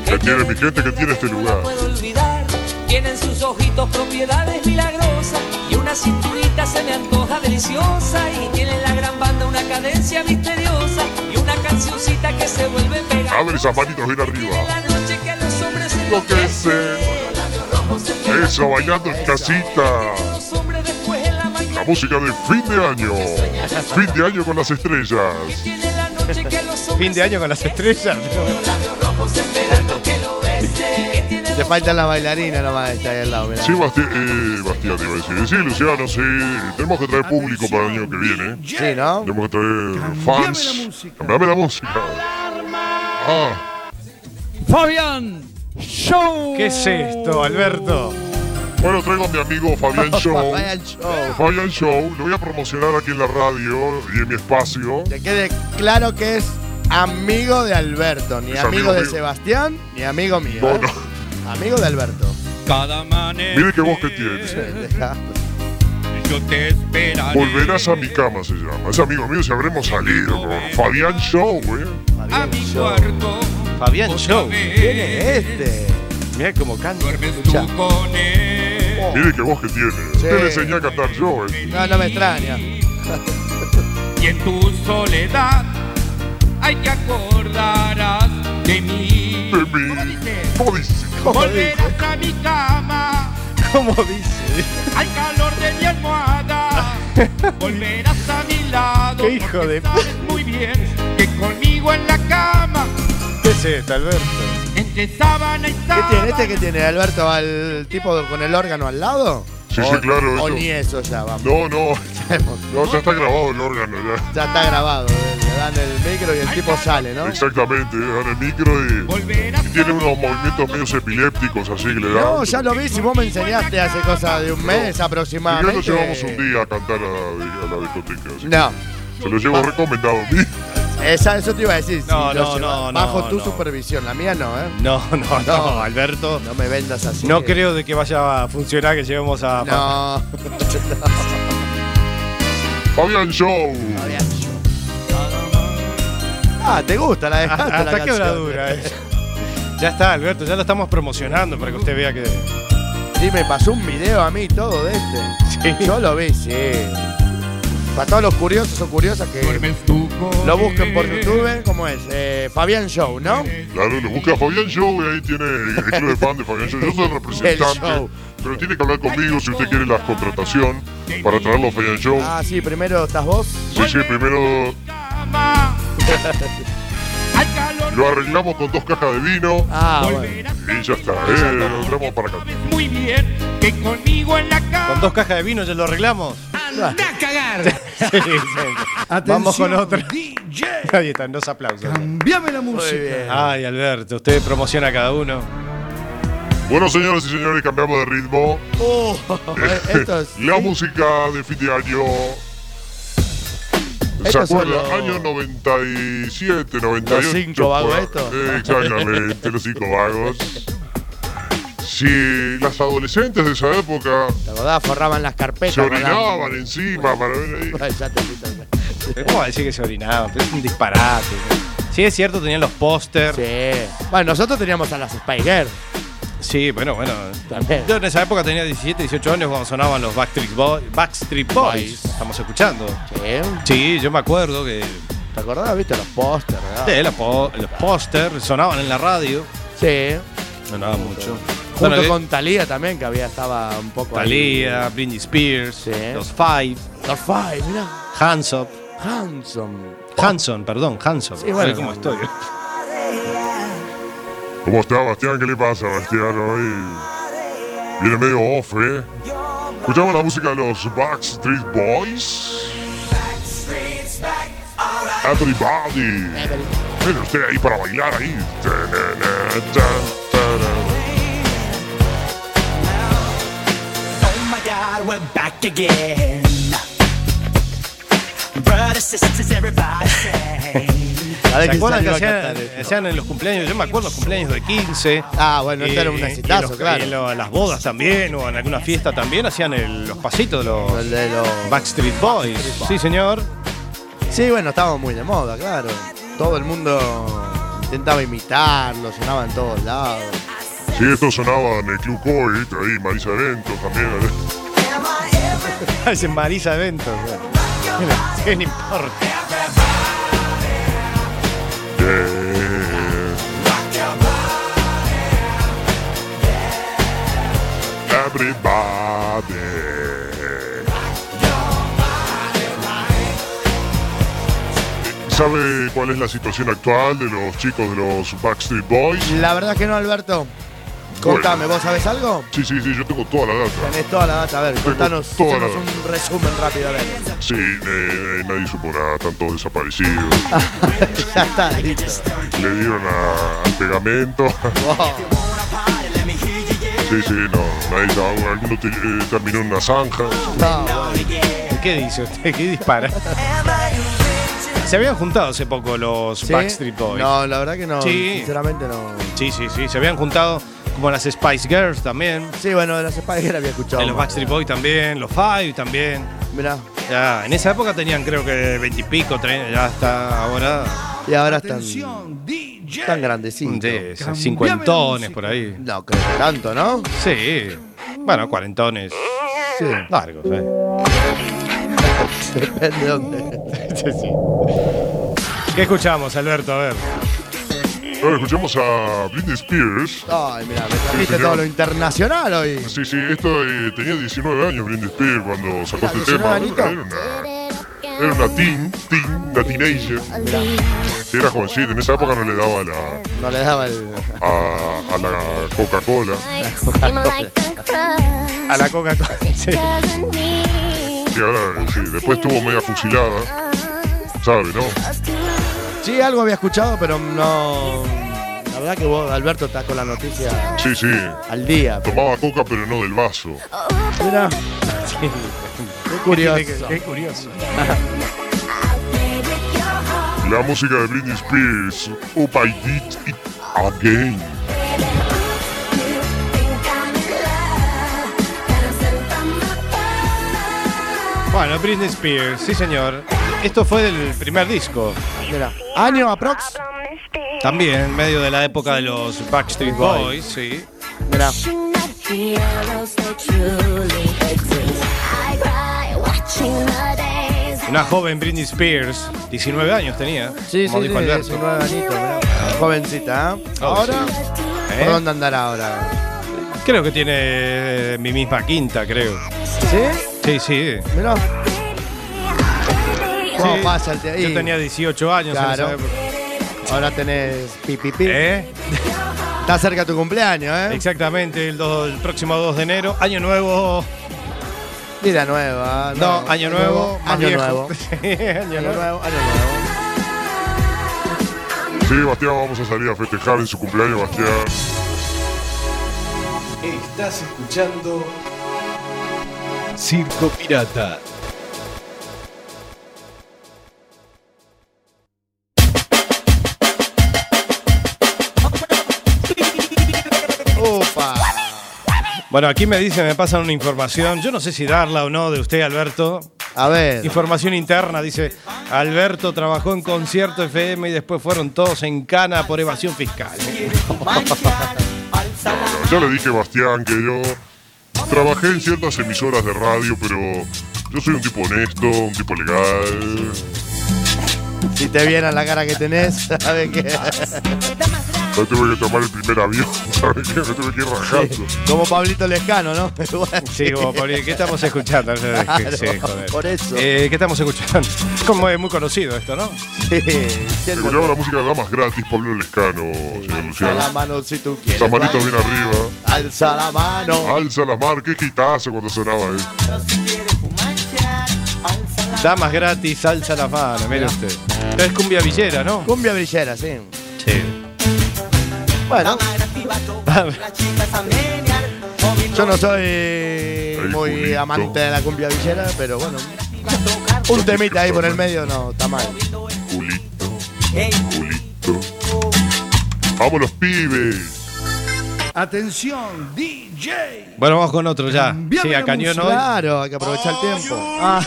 S9: ¿Qué tiene mi gente? ¿Qué tiene este lugar?
S6: puedo olvidar. Tienen sus ojitos propiedades milagrosas y una cinturita se me antoja deliciosa y tienen la gran banda una cadencia misteriosa y una cancioncita que se vuelve pegada.
S9: <laughs> Abre esas manitos bien arriba.
S6: La noche que los hombres se
S9: Lo que sé. Eso, bailando en casita. La música de fin de año. Fin de año con las estrellas.
S4: Fin de año con las estrellas.
S7: Te faltan las bailarinas nomás, está ahí al lado, mirá.
S9: Sí, Basti eh, Bastián, iba a decir. Sí, Luciano, sí. Tenemos que traer público para el año que viene.
S7: Sí, ¿no?
S9: Tenemos que traer fans. Cambiame la música. Ah,
S10: Fabián Show.
S4: ¿Qué es esto, Alberto?
S9: bueno, traigo a mi amigo
S7: <laughs>
S9: Fabián Show.
S7: Fabián Show.
S9: Fabián Show, lo voy a promocionar aquí en la radio y en mi espacio.
S7: Que quede claro que es amigo de Alberto, ni
S9: Es
S7: amigo,
S9: amigo
S7: de
S9: mío.
S7: Sebastián, ni amigo mío. ¿eh? Amigo de Alberto.
S10: Cada
S9: Mire qué voz que tiene.
S7: Deja.
S10: yo te esperaré.
S9: Volverás a mi cama, se llama. Es amigo mío, si habremos salido. con Fabián Show, eh.
S10: a mi cuarto.
S4: Fabián Show.
S7: ¿Quién es este?
S4: Mira cómo canta.
S7: Escuchá.
S9: Mire qué voz que tiene. Te le enseñé a cantar yo, eh.
S7: No, no me extraña.
S10: Y en tu soledad, hay que acordarás de mí.
S9: De mí. ¿Cómo dice?
S10: Volverás a mi cama.
S4: ¿Cómo dice?
S10: Al calor de mi almohada.
S7: <laughs>
S10: Volverás a mi lado.
S4: Qué hijo
S10: porque
S4: de-
S10: Sabes muy bien que conmigo en la cama.
S4: ¿Qué es esto, Alberto?
S10: Entre sábana y
S7: ¿Qué
S10: sábana.
S7: tiene este que tiene Alberto? ¿Al tipo con el órgano al lado?
S9: Sí,
S7: o,
S9: sí, claro,
S7: O
S9: eso.
S7: ni eso ya, vamos. <laughs>
S9: No, no. No, ya está grabado el órgano, ya.
S7: Ya está grabado. eh, Le dan el micro y el tipo sale, ¿no?
S9: Exactamente, eh, en el micro y, y tiene unos movimientos medios epilépticos así que le dan.
S7: No, ya lo vi. Si vos me enseñaste hace cosa de un
S9: Y
S7: mes
S9: yo lo llevamos
S7: aproximadamente.
S9: un día a cantar a, a la discoteca. así.
S7: No.
S9: Se lo llevo recomendado.
S7: Esa, eso te iba a decir. si
S4: No,
S7: lo
S4: no, no,
S7: lleva- Bajo
S4: no,
S7: tu
S4: no.
S7: supervisión, la mía no, ¿eh?
S4: No, no, no,
S7: No.
S4: Alberto.
S7: No me vendas así.
S4: No creo de que vaya a funcionar que llevemos a.
S7: No.
S9: Fabián Show.
S7: ah, ¿te gusta la dejaste la
S4: ¿Hasta qué hora
S7: canción?
S4: dura? eh? <laughs> Ya está, Alberto, ya lo estamos promocionando para que usted vea que.
S7: Sí, me pasó un video a mí y todo de este. Yo lo vi, sí. Para todos los curiosos o curiosas que lo busquen por YouTube, ¿cómo es? Eh, Fabián Show, ¿no?
S9: Claro, lo busca Fabián Show y ahí tiene el club de fan de Fabián Show. Yo soy el
S7: El
S9: representante,
S7: show.
S9: pero tiene que hablar conmigo si usted quiere la contratación para traerlo a Fabián Show.
S7: Ah, sí, primero estás vos.
S9: Sí, sí,
S7: <laughs>
S9: primero lo arreglamos con dos cajas de vino
S7: Ah, bueno.
S10: Volverás
S9: y ya está. Eh, lo traemos para acá.
S10: muy bien que conmigo en la cama.
S4: Con dos cajas de vino ya lo arreglamos.
S10: Anda a cagar.
S4: <laughs> Sí, sí. Vamos con otra. Ahí están, dos aplausos.
S10: Envíame la
S7: Muy bien.
S4: Ay, Alberto, usted promociona a cada uno.
S9: Bueno, señoras y señores, cambiamos de ritmo.
S7: Oh, <laughs> esto
S9: <laughs>
S7: es-
S9: La música de fin de año. ¿Se
S7: Estos son
S9: acuerdan?
S7: los-
S9: Año 97, 98.
S7: Los cinco vagos
S9: por-
S7: estos.
S9: Eh, Exactamente, los cinco vagos. Si las adolescentes de esa época
S7: La verdad, forraban las carpetas.
S9: se
S7: con la-
S9: orinaban encima para ver ahí.
S7: Ya te quito.
S4: ¿Cómo va a decir que se orinaba? Es un disparate. Sí, es cierto, tenían los pósters.
S7: Sí. Bueno, nosotros teníamos a las Spice Girls.
S4: Sí, bueno, bueno.
S7: También.
S4: Yo en esa época tenía 17, 18 años cuando sonaban los Backstreet Boys. Backstreet Boys. Estamos escuchando.
S7: Sí.
S4: Sí, yo me acuerdo que.
S7: ¿Te acordás? ¿Viste los pósters? verdad?
S4: Sí, la po- los pósters sonaban en la radio.
S7: Sí.
S4: Sonaba mucho.
S7: Junto
S4: Bueno,
S7: con Talía también, que había estaba un poco ahí.
S4: Thalía, Britney Spears, los Five,
S7: Los Five, mirá.
S4: Hanson.
S7: Hanson.
S4: Hanson, perdón, Hanson.
S7: Sí, bueno.
S4: A ver cómo estoy.
S9: ¿Cómo está, Bastián? ¿Qué le pasa, Bastián? Hoy viene medio off, ¿eh? Escuchamos la música de los Backstreet Boys. Everybody. Mira usted ahí para bailar ahí. Ta, na, na, ta, ta,
S6: Oh my God, we're back again. Brothers, sisters, everybody sing.
S4: ¿Se
S7: que
S4: acuerdan que
S7: salió a
S4: hacían,
S7: cantar eso.
S4: hacían en los cumpleaños? Yo me acuerdo los cumpleaños de 15.
S7: Ah, bueno, esto era un
S4: y en
S7: exitazo,
S4: los-
S7: claro.
S4: y en lo- las bodas también, o en alguna fiesta también, hacían el- los pasitos de los, Backstreet Boys. Sí, señor.
S7: Sí, bueno, estábamos muy de moda, claro. Todo el mundo intentaba imitarlo, sonaba en todos lados.
S9: ta. Sí, esto sonaba en el Club Coit, ahí, Marisa Vento también.
S4: <laughs>
S9: ¿eh?
S4: Hacen Marisa Ventos. <laughs> ¿Qué le importa?
S9: Yeah. Everybody. ¿Sabe cuál es la situación actual de los chicos de los Backstreet Boys?
S7: La verdad que no, Alberto. Contame, ¿vos sabés algo?
S9: Sí, sí, sí, yo tengo toda la data.
S7: Tenés toda la data, a ver, contanos
S9: toda la
S7: hacemos
S9: data.
S7: un resumen rápido, a ver. <laughs>
S9: Sí, eh, nadie supo nada, tantos desaparecidos.
S7: ya está, listo.
S9: Le dieron a- al pegamento. <laughs> Sí, sí, no, nadie sabe. Alguno te- eh, terminó en una zanja.
S4: ¿Qué dice usted? ¿Qué dispara? Se habían juntado hace poco los
S7: ¿Sí?
S4: Backstreet Boys.
S7: No, la verdad que no,
S4: Sí.
S7: sinceramente no.
S4: Sí, sí, sí. Se habían juntado como las Spice Girls también.
S7: Sí, bueno, de las Spice Girls había escuchado.
S4: De los Backstreet Boys también, los Five también.
S7: Mirá.
S4: Ya, en esa época tenían creo que 20 y pico, 30, ya hasta ahora.
S7: Y ahora están. Tan grandecitos.
S4: de esos cincuentones por ahí.
S7: No, creo que tanto, ¿no?
S4: Sí. Bueno, cuarentones.
S7: Sí.
S4: Largos, eh.
S7: Depende de dónde.
S4: ¿Qué escuchamos, Alberto? A ver.
S9: Ahora escuchamos a Britney Spears.
S7: Ay, mirá, me trajiste todo lo internacional hoy.
S9: Sí, sí, esto eh, tenía 19 años Britney Spears cuando sacó este
S7: 19
S9: tema.
S7: añitos.
S9: Era una, era una teen, teen, una teenager. Sí, era jovencita, en esa época no le daba la,
S7: No le daba el.
S9: a, a la Coca-Cola.
S7: A la Coca-Cola. Sí.
S9: Y ahora, eh, sí, después estuvo media fusilada. ¿Sabe, no?
S7: Sí, algo había escuchado, pero no. La verdad que vos, Alberto, estás con la noticia.
S9: Sí, sí.
S7: Al día.
S9: Tomaba coca, pero no del vaso.
S7: Mira. Qué curioso.
S4: Qué curioso.
S9: La música de Britney Spears. Up I did it again.
S4: Bueno, Britney Spears, sí señor. Esto fue del primer disco.
S7: Mira. Año aprox.
S4: También, en medio de la época de los Backstreet Boys, sí.
S7: Mira.
S4: Una joven Britney Spears, 19 años tenía.
S7: Sí, sí,
S4: como
S7: sí,
S4: dijo Alberto.
S7: 19 añitos, mirá. Jovencita, ¿eh?
S4: Oh,
S7: Ahora,
S4: sí. ¿Eh?
S7: ¿por dónde andará ahora?
S4: Creo que tiene eh, mi misma quinta, creo.
S7: ¿Sí?
S4: Sí, sí.
S7: Mirá. ¿Cómo
S4: Sí.
S7: pasa el te-
S4: Yo
S7: y-
S4: tenía 18 años en
S7: Claro.
S4: esa época.
S7: Ahora tenés pipipi.
S4: ¿Eh?
S7: Está cerca tu cumpleaños, ¿eh?
S4: Exactamente, el, do- el próximo 2 de enero. Año nuevo.
S7: Vida nueva.
S4: No, año nuevo. más
S7: Año
S4: viejo. <laughs>
S7: nuevo.
S4: Sí, año
S7: Año
S4: nuevo.
S7: nuevo, año nuevo.
S9: Sí, Bastián, vamos a salir a festejar en su cumpleaños, Bastián.
S4: Estás escuchando Circo Pirata.
S7: Opa.
S4: Bueno, aquí me dicen, me pasan una información. Yo no sé si darla o no de usted, Alberto.
S7: A ver.
S4: Información interna, dice. Alberto trabajó en concierto FM y después fueron todos en cana por evasión fiscal.
S9: Ya le dije, Bastián, que yo trabajé en ciertas emisoras de radio, pero yo soy un tipo honesto, un tipo legal.
S7: Si te vieran la cara que tenés, <laughs> sabes
S4: <laughs>
S7: que.
S9: No tuve que tomar el primer avión, <laughs> ¿sabes qué? Me tuve que ir rajando.
S7: Como Pablito Lescano, ¿no? <laughs>
S4: Sí, como por- ¿qué estamos escuchando?
S7: Claro,
S4: Sí, joder.
S7: Por eso.
S4: Eh, ¿Qué estamos escuchando? <laughs> Como es muy conocido esto, ¿no?
S9: Escuchaba la música de Damas gratis, Pablo Lescano, señor
S7: Alza la
S9: Luciano.
S7: mano si tú quieres.
S9: Las manitas bien arriba.
S7: Alza la mano.
S9: Alza la mar, qué quitazo cuando sonaba, eh.
S4: Damas gratis, alza la mano, mire usted. Pero es cumbia villera, ¿no?
S7: Cumbia brillera, sí.
S4: Sí.
S7: Bueno. Yo no soy muy
S9: culito.
S7: amante de la cumbia villera, pero bueno. Un temita ahí por el medio no está mal.
S9: ¡Vamos los pibes!
S2: Atención, DJ.
S4: Bueno, vamos con otro ya.
S7: Cambiame
S4: Sí, a
S7: la
S4: cañón
S7: música.
S4: hoy.
S7: Claro, hay que aprovechar el tiempo. Ah,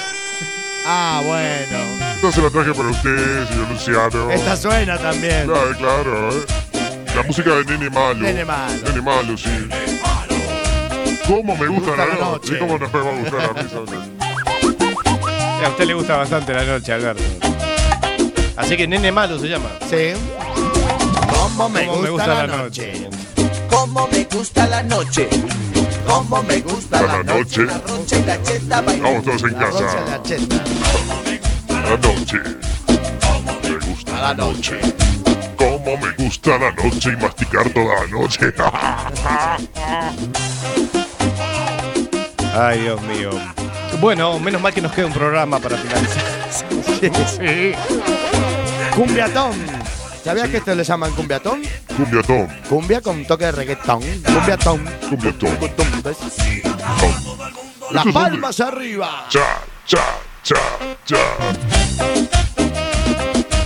S7: ah, bueno.
S9: Esta se la traje para usted, señor Luciano.
S7: Esta suena también.
S9: Claro, claro, eh. La música de Nene Malo.
S7: Nene Malo.
S9: Nene Malo, sí. ¿Cómo me gusta,
S7: gusta
S9: la
S7: la
S9: noche?
S7: noche.
S9: ¿Cómo no me va a gustar <laughs> a mí, ¿sabes?
S4: A usted le gusta bastante la noche, Alberto. Así que Nene Malo se llama.
S7: Sí. ¿Cómo me,
S4: Cómo
S7: gusta, la, noche?
S4: noche.
S14: Como me gusta la noche. Como me gusta
S9: la noche.
S14: rocha y la cheta bailando.
S9: Vamos todos en
S7: Rocha
S9: casa.
S7: la cheta.
S9: La noche. ¿Cómo me gusta la noche? ¿Cómo me gusta la noche y masticar toda la noche? <laughs>
S4: Ay, Dios mío. Bueno, menos mal que nos queda un programa para finalizar.
S7: <laughs> Sí. Cumbiatón. ¿Sabías que esto le llaman cumbiatón?
S9: Cumbiatón,
S7: Cumbia con toque de reggaetón. Cumbiatón.
S9: cumbiatón.
S7: Las
S9: Eso es
S7: palmas arriba.
S9: Cha, cha, cha, cha.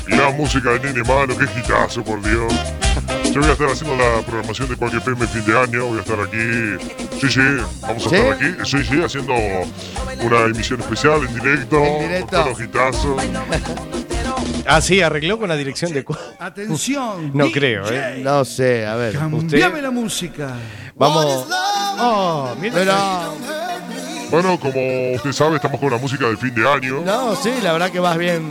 S9: Y la música de Nene Malo, qué gitazo, por Dios. Yo voy a estar haciendo la programación de cualquier PM fin de año, voy a estar aquí. Sí, sí, vamos a
S7: ¿Sí?
S9: estar aquí. Sí, sí, haciendo una emisión especial en directo.
S7: En
S9: Con
S7: directo.
S9: todos los gitazos.
S4: Ah, sí, arregló con la dirección de cu-
S2: Atención.
S4: <laughs> No creo, ¿eh?
S7: No sé, a ver.
S2: Cambiame la música.
S4: Vamos.
S7: Oh, mira.
S9: Bueno, como usted sabe, estamos con la música de fin de año.
S7: No, sí, la verdad que vas bien.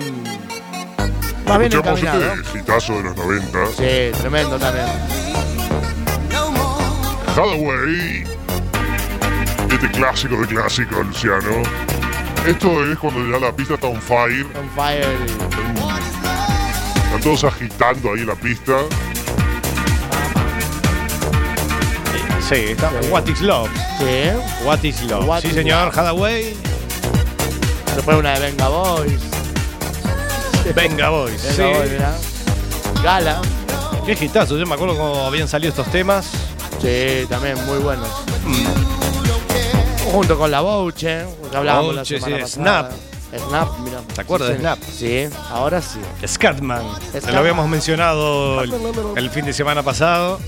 S7: Vas bien
S9: Escuchamos
S7: encaminado.
S9: este gitazo de los 90.
S7: ¿eh? Sí, tremendo también.
S9: Hathaway. Este clásico de clásico, Luciano. Esto es cuando ya la pista está on fire.
S7: On fire.
S9: Están todos agitando ahí la pista.
S4: Sí, está. What is love?
S7: Sí. ¿eh?
S4: What is love?
S7: What
S4: sí,
S7: is
S4: señor.
S7: love. <laughs>
S4: Hadaway.
S7: Después una de Venga Boys.
S4: Venga, boys.
S7: Venga
S4: Sí.
S7: Boys, mirá. Gala.
S4: Qué gitazo. Yo me acuerdo cómo habían salido estos temas.
S7: Sí, también muy buenos. Mm. Junto con la Bouche, que hablábamos
S4: Bouche,
S7: la semana
S4: sí,
S7: pasada. Snap, mira.
S4: ¿Te acuerdas
S7: Sí,
S4: de Snap?
S7: Sí, ahora sí.
S4: Scatman.
S7: Scatman.
S4: Lo habíamos mencionado el, el fin de semana pasado.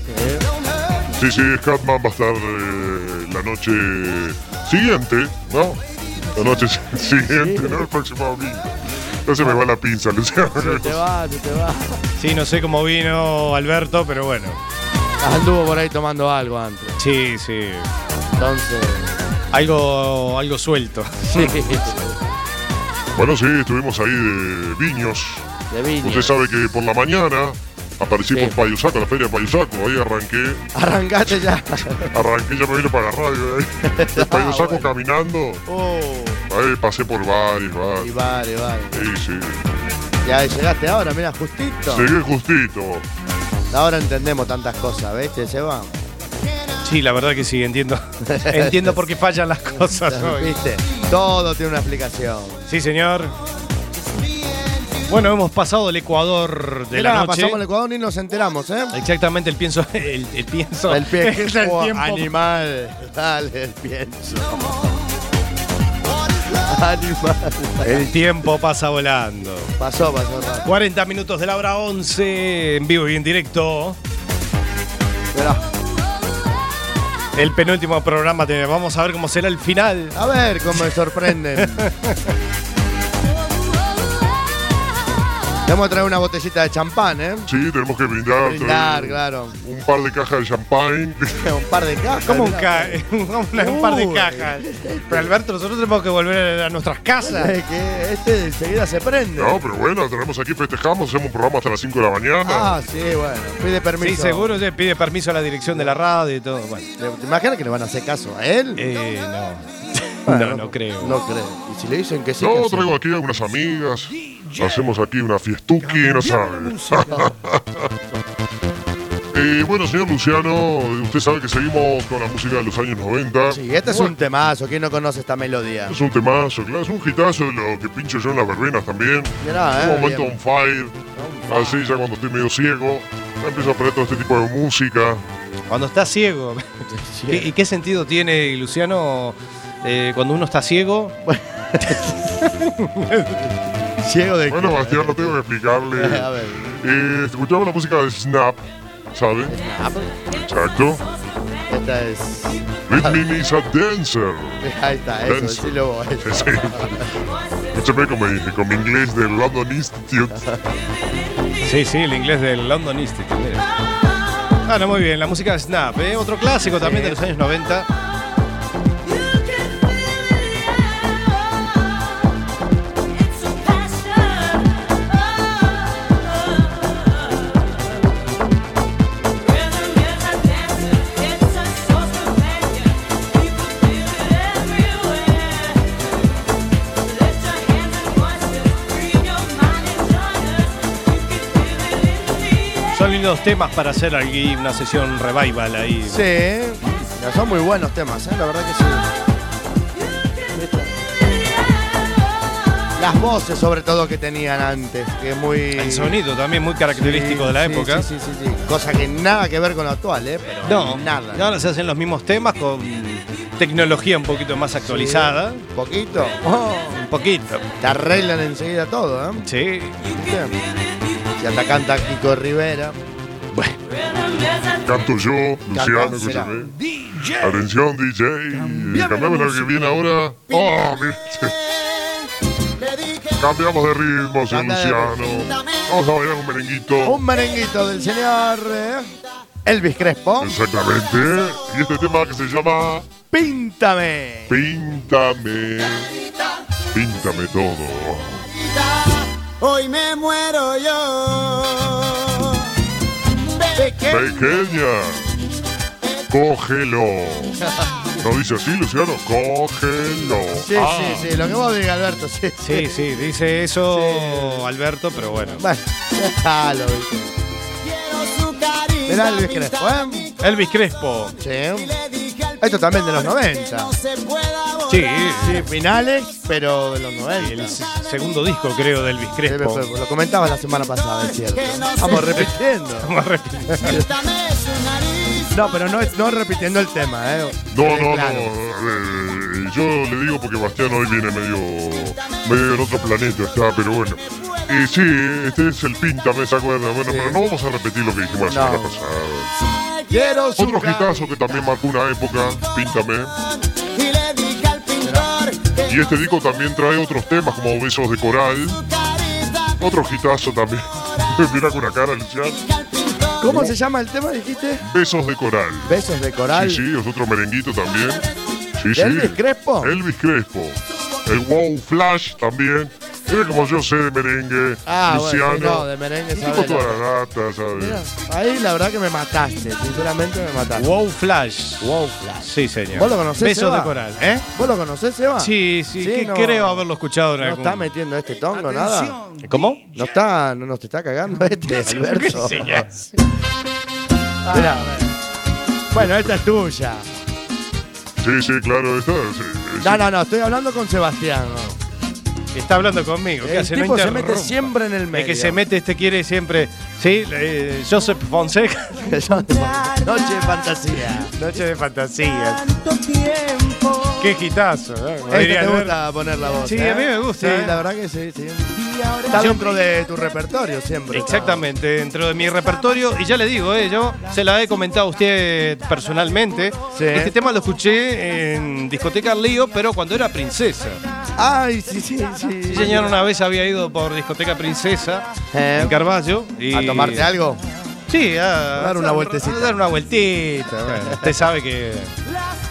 S9: Sí, sí, Scatman va a estar eh, la noche siguiente, ¿no? La noche <laughs> siguiente, ¿no? El próximo domingo. No se me va la pinza, Luciano.
S7: Se te va, se te va.
S4: Sí, no sé cómo vino Alberto, pero bueno.
S7: Anduvo por ahí tomando algo antes.
S4: Sí, sí.
S7: Entonces,
S4: Algo, algo suelto.
S7: sí.
S9: Bueno, sí, estuvimos ahí de Viños.
S7: De viña.
S9: Usted sabe que por la mañana aparecí
S7: Sí.
S9: por Payusaco, la feria de Payusaco. Ahí arranqué,
S7: Arrancaste ya.
S9: arranqué, ya me vine para la radio. ¿eh? De Payusaco caminando.
S7: Ah, Oh.
S9: Ahí pasé por varios,
S7: Y
S9: varios.
S7: vale, vale.
S9: Sí, sí.
S7: Ya llegaste ahora, mira, justito.
S9: Llegué justito.
S7: Ahora entendemos tantas cosas, ¿viste, Seba?
S4: Sí, la verdad que sí,
S7: <laughs>
S4: entiendo. Entiendo por qué fallan las cosas hoy.
S7: ¿Viste? Todo tiene una explicación.
S4: Sí, señor. Bueno, hemos pasado el Ecuador de
S7: Mirá,
S4: la noche.
S7: pasamos el Ecuador y nos enteramos, ¿eh?
S4: Exactamente, el pienso. <laughs> El, el pienso.
S7: El
S4: <laughs> Es el
S7: pienso
S4: tiempo.
S7: animal. Dale, el pienso. Animal.
S4: El tiempo pasa volando.
S7: Pasó, pasó. rápido.
S4: 40 minutos de la hora 11, en vivo y en directo. El penúltimo programa, te- vamos a ver cómo será el final.
S7: A ver cómo me sorprenden. Vamos a traer una botellita de champán, ¿eh?
S9: Sí, tenemos que brindar.
S7: Brindar,
S9: eh,
S7: claro. <laughs>
S9: Un par de cajas de champagne.
S7: Un par de cajas.
S4: Como un, ca- <laughs> un par de
S7: Uy.
S4: cajas. Pero Alberto, nosotros tenemos que volver a nuestras casas.
S7: Es que este enseguida se
S9: <laughs>
S7: prende.
S9: No, pero bueno, tenemos aquí, festejamos, hacemos un programa hasta las 5 de la mañana.
S7: Ah, sí, bueno. Pide permiso.
S4: Sí, seguro, ya pide permiso a la dirección de la radio y todo. Bueno.
S7: ¿Te imaginas que le van a hacer caso a él?
S4: Eh, no. <laughs> no, no creo.
S7: No creo. Y si le dicen que sí. que
S9: No,
S7: sí.
S9: traigo aquí algunas amigas. Hacemos aquí una fiestuki, no sabe. <laughs> Eh, bueno, señor Luciano, usted sabe que seguimos con la música de los años 90.
S7: Sí, este es un temazo. ¿Quién no conoce esta melodía?
S9: Es un temazo, claro, es un hitazo de lo que pincho yo en las verbenas también.
S7: Mirá,
S9: un
S7: eh,
S9: momento
S7: bien.
S9: on fire. Así ya cuando estoy medio ciego, ya empiezo a aprender todo este tipo de música.
S4: Cuando está ciego.
S7: <laughs>
S4: ¿Qué- ¿Y qué sentido tiene, Luciano, eh, cuando uno está ciego?
S7: Ciego de
S9: Bueno, Bastián, no tengo que explicarle.
S7: <laughs> A ver.
S9: Eh, escuchamos la música de Snap, ¿sabe? Exacto.
S7: Esta es. <laughs>
S9: Let me miss a dancer.
S7: Ahí está, eso,
S9: Denso.
S7: decilo vos.
S9: Sí. Escúchame como dije, con mi inglés del London
S7: <laughs>
S9: Institute.
S4: Sí, sí, el inglés del London Institute. mire. Ah, no, muy bien, la música de Snap, ¿eh? otro clásico también de los años 90. Son lindos temas para hacer aquí una sesión revival ahí.
S7: Sí. No, son muy buenos temas, ¿eh? la verdad que sí. Las voces, sobre todo, que tenían antes, que es muy.
S4: El sonido también muy característico de la
S7: Sí,
S4: época.
S7: Sí, sí, sí, sí. Cosa que nada que ver con lo actual, ¿eh? Pero
S4: No,
S7: nada.
S4: y ahora se hacen los mismos temas con tecnología un poquito más actualizada.
S7: Un poquito. Oh,
S4: Un poquito.
S7: te arreglan enseguida todo, ¿eh?
S4: Sí.
S7: Y hasta canta Kiko Rivera.
S9: Canto yo, Luciano,
S7: Cantá, será.
S9: escúchame. Atención, DJ. Cambiame lo que viene ahora. Oh, mira. Cambiamos de ritmo, señor
S7: Cambia de
S9: Luciano. Vamos a bailar un merenguito.
S7: Un merenguito del señor eh, Elvis Crespo.
S9: Exactamente. Y este tema que se llama
S7: Píntame.
S9: Píntame. Píntame todo.
S15: Hoy me muero yo.
S9: Pequeña, cógelo. ¿No dice así, Luciano? Cógelo.
S7: Sí,
S9: Ah,
S7: sí, sí, lo que vos digas, Alberto, sí.
S4: Sí, sí, dice eso Alberto, pero bueno.
S7: Bueno, <laughs> déjalo, viste. Mirá Elvis Crespo, ¿eh?
S4: Elvis Crespo.
S7: Sí. Esto también de los 90.
S4: Sí.
S7: Sí, finales, pero de los 90.
S4: El se- segundo disco, creo, de Elvis Crespo.
S7: Lo lo comentabas la semana pasada, es cierto. Vamos repitiendo.
S4: <laughs> Vamos a repetir.
S7: No, pero no, es- no repitiendo el tema, ¿eh?
S9: No,
S7: Quede
S9: no, no.
S7: claro.
S9: eh, yo le digo porque Bastián hoy viene medio, medio en otro planeta, está, pero bueno. Y sí, este es el Píntame, ¿se acuerdan? Bueno, pero no vamos a repetir lo que dijimos la semana pasada.
S15: Quiero su
S9: Otro hitazo que también marcó una época, Píntame.
S15: y le dije al pintor que
S9: Y este disco también trae otros temas como Besos de Coral. Otro hitazo también. <laughs> Mira con la cara, Luciano.
S7: ¿Cómo se llama el tema, dijiste?
S9: Besos de Coral.
S7: Besos de coral.
S9: Sí, sí, es otro merenguito también. Sí,
S7: ¿De
S9: sí.
S7: Elvis Crespo?
S9: Elvis Crespo. El Wow Flash también. Mira como yo sé de merengue.
S7: Ah, bueno,
S9: Luciano.
S7: sí, no, de merengue
S9: Tengo
S7: sabés.
S9: toda la data, ¿sabes?
S7: Mira, ahí la verdad que me mataste, sinceramente me mataste.
S4: Wow Flash. Wow Flash. Sí, señor.
S7: ¿Vos lo conocés,
S4: Besos
S7: Seba?
S4: de coral, ¿eh?
S7: ¿Vos lo conocés, Seba?
S4: Sí, sí, que
S7: no-
S4: creo haberlo escuchado en
S7: No
S4: algún...
S7: está metiendo este tongo, nada.
S4: ¿Cómo?
S7: No está, no nos está cagando este Alberto.
S4: Sí,
S7: Mirá, a ver. bueno, esta es tuya.
S9: Sí, sí, claro, esta. sí, sí.
S7: No, no, no, estoy hablando con Sebastián. ¿no?
S4: Está hablando conmigo. ¿qué
S7: El
S4: hace? No
S7: tipo se
S4: interrumpa.
S7: mete siempre en el medio.
S4: El que se
S7: <laughs>
S4: mete, este quiere siempre. Sí, eh, Joseph Fonseca. <laughs>
S7: Noche de fantasía.
S4: Noche de fantasía.
S15: tiempo.
S4: Qué gitazo. ¿eh? Como
S7: Este
S4: diría
S7: te
S4: Albert.
S7: gusta poner la voz.
S4: Sí,
S7: ¿eh?
S4: a mí me gusta,
S7: Sí,
S4: ¿eh?
S7: la verdad que sí, sí. Está dentro de tu repertorio siempre.
S4: Exactamente, dentro de mi repertorio. Y ya le digo, eh, yo se la he comentado a usted personalmente. Este tema lo escuché en Discoteca Lío, pero cuando era princesa.
S7: Ay, sí, sí, sí.
S4: Sí, señor, una vez había ido por Discoteca Princesa en Carballo. Y...
S7: Eh, ¿A tomarte algo?
S4: Sí, a,
S7: A dar una vueltecita.
S4: A dar una vueltita. bueno, usted sabe que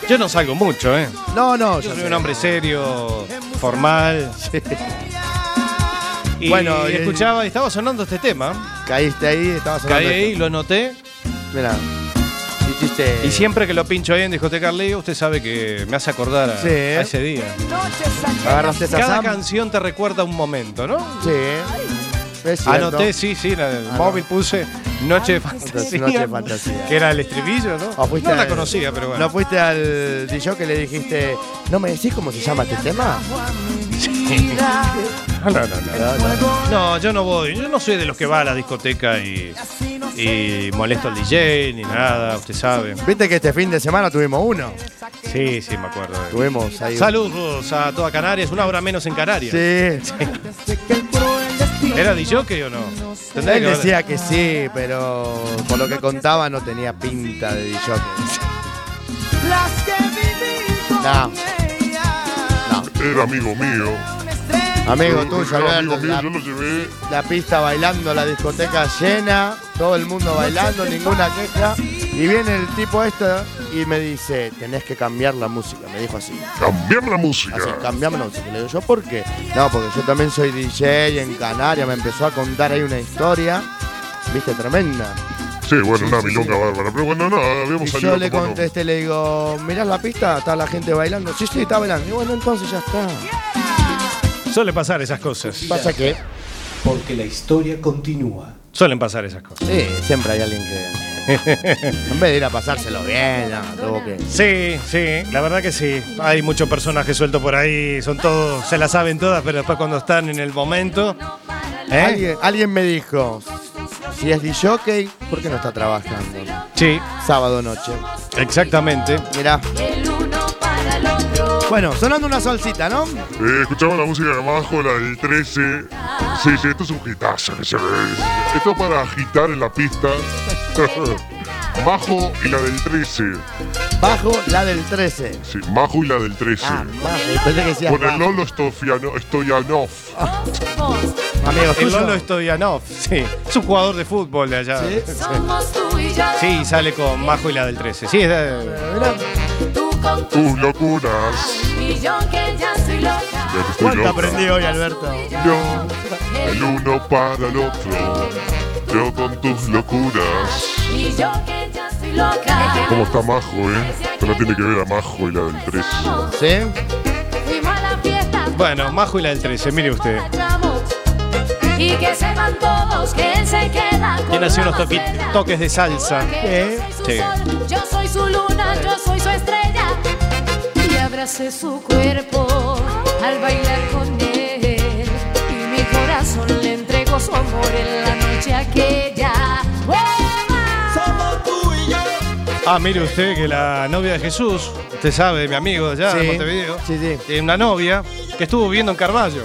S4: yo no salgo mucho, ¿eh?
S7: No, no.
S4: Yo
S7: ya
S4: soy
S7: sé.
S4: un hombre serio, formal. Y
S7: Bueno,
S4: bueno,
S7: y-
S4: escuchaba y estaba sonando este tema.
S7: Caíste ahí, estabas
S4: Caí
S7: hablando de
S4: ahí,
S7: esto.
S4: lo noté.
S7: Mirá. Hiciste.
S4: Y siempre que lo pincho ahí en Discoteca Arleo, usted sabe que me hace acordar a,
S7: Sí.
S4: a ese día.
S7: Agarraste esa
S4: Cada
S7: Sam.
S4: canción te recuerda un momento, ¿no?
S7: Sí. ¿eh? Es cierto. Ah,
S4: Anoté, sí, sí, la del móvil puse Noche de Fantasía.
S7: Noche de Fantasía.
S4: Que era el estribillo, ¿no?
S7: ¿O Ah, fuiste
S4: no la
S7: al-
S4: conocía, pero bueno.
S7: ¿No fuiste al DJ que le dijiste, no me decís cómo se llama este tema?
S4: <laughs> No, no, no, no. No, yo no voy. Yo no soy de los que va a la discoteca y, y molesto al DJ ni nada, usted sabe.
S7: Viste que este fin de semana tuvimos uno.
S4: Sí, sí, me acuerdo. de-
S7: Tuvimos ahí.
S4: Saludos a toda Canarias, una hora menos en Canarias.
S7: Sí.
S4: ¿Era DJ o no? Tendría
S7: Él
S4: que haber-
S7: decía que sí, pero por lo que contaba no tenía pinta de DJ. No,
S9: Era amigo mío.
S7: amigo
S9: Era-
S7: tuyo,
S9: era amigo
S7: Alberto.
S9: mío,
S7: La,
S9: yo lo llevé.
S7: la pista bailando, la discoteca llena, todo el mundo bailando, ninguna queja. Y viene el tipo este y me dice, tenés que cambiar la música, me dijo así.
S9: Cambiar la música.
S7: Así, cambiame la música. Le digo, ¿yo por qué? No, porque yo también soy DJ en Canarias, me empezó a contar ahí una historia, viste, tremenda.
S9: Sí, bueno, una milonga bárbara. Pero bueno, nada,
S7: Y
S9: habíamos salido
S7: yo
S9: a
S7: le
S9: tomarnos-
S7: contesté, le digo, mirás la pista, está la gente bailando. Sí, sí, está bailando. Y bueno, entonces ya está.
S4: Suele pasar esas cosas.
S7: ¿Pasa qué?
S11: Porque la historia continúa.
S4: Suelen pasar esas cosas.
S7: Sí, siempre hay alguien que. <laughs> en vez de ir a pasárselo bien, no, tuvo que.
S4: Sí, sí, la verdad que sí. Hay muchos personajes sueltos por ahí, son todos, se la saben todas, pero después cuando están en el momento. ¿eh?
S7: Alguien, alguien me dijo, si es DJ, ¿por qué no está trabajando?
S4: Sí,
S7: Sábado noche.
S4: exactamente.
S7: Mirá. Bueno, sonando una solcita, ¿no?
S9: Eh, escuchaba la música de abajo, la del 13. Sí, sí, esto es un hitazo. que se ve. Esto es para agitar en la pista. <laughs> Bajo y la del 13.
S7: Bajo la del 13.
S9: Sí, bajo y la del 13.
S7: Ah, bajo. Pensé que decías
S9: Con el
S7: bajo.
S9: Lolo Estofiano- Stoyanov.
S7: Amigo
S4: El
S7: tuyo.
S4: Lolo Stoyanov, sí. Es un jugador de fútbol de allá.
S7: ¿Sí?
S4: Sí, sale con Majo y la del 13. Sí, es de-
S9: Tus locuras. Ya que estoy
S7: ¿Cuánto
S9: loco.
S7: aprendí hoy, Alberto?
S9: Yo, el uno para el otro. Yo con tus locuras. ¿Cómo está Majo, eh? Pero no tiene que ver a Majo y la del 13.
S7: ¿Sí?
S4: Bueno, Majo y la del 13, mire usted.
S12: Y que sepan todos que él se queda con
S4: Tiene así unos
S12: la
S4: toqui-
S12: maceta.
S4: toques de salsa.
S12: Que yo soy su
S4: Sí.
S12: sol, Yo soy su luna, yo soy su estrella. Y abracé su cuerpo al bailar con él. Y mi corazón le entregó su amor en la noche aquella. Somos tú y yo.
S4: Ah, mire usted que la novia de Jesús, usted sabe, mi amigo de allá de
S7: Sí,
S4: Montevideo,
S7: sí, sí.
S4: tiene una novia que estuvo viviendo en Carballo.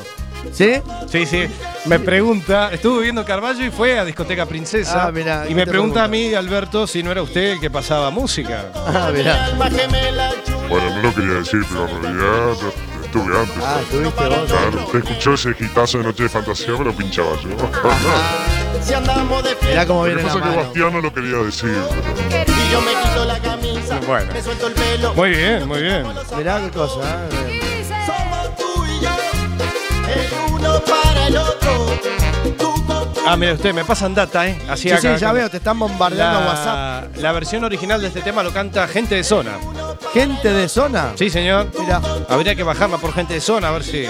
S7: ¿Sí?
S4: Sí, sí. Me pregunta, estuvo viviendo en Carballo y fue a Discoteca Princesa.
S7: Ah, mirá,
S4: y
S7: ¿qué
S4: me
S7: te
S4: pregunta a mí, Alberto, si no era usted el que pasaba música.
S7: Ah, mirá.
S9: Bueno, no lo quería decir, pero en realidad yo estuve antes.
S7: Ah, estuviste vos.
S9: Claro, usted escuchó ese hitazo de Noche de Fantasía, me lo pinchaba yo.
S15: Si andamos de
S7: Mirá
S9: Lo
S7: cómo
S9: que
S7: viene Ah, la
S9: pasa es que
S7: mano.
S9: Bastián no lo quería decir. pero-
S15: Y yo me quito la camisa,
S4: Bueno.
S15: me suelto el pelo.
S4: Muy bien, muy bien.
S7: Mirá qué cosa. ¿eh?
S15: Somos tú y yo, el uno para el otro. Tú con
S4: Ah, mire usted, me pasan data, ¿eh? Así
S7: Sí, sí,
S4: acá-
S7: ya veo, te están bombardeando WhatsApp.
S4: La, la versión original de este tema lo canta Gente de Zona.
S7: Gente de zona.
S4: Sí, señor.
S7: Mirá.
S4: Habría que bajarla por Gente de Zona a ver si.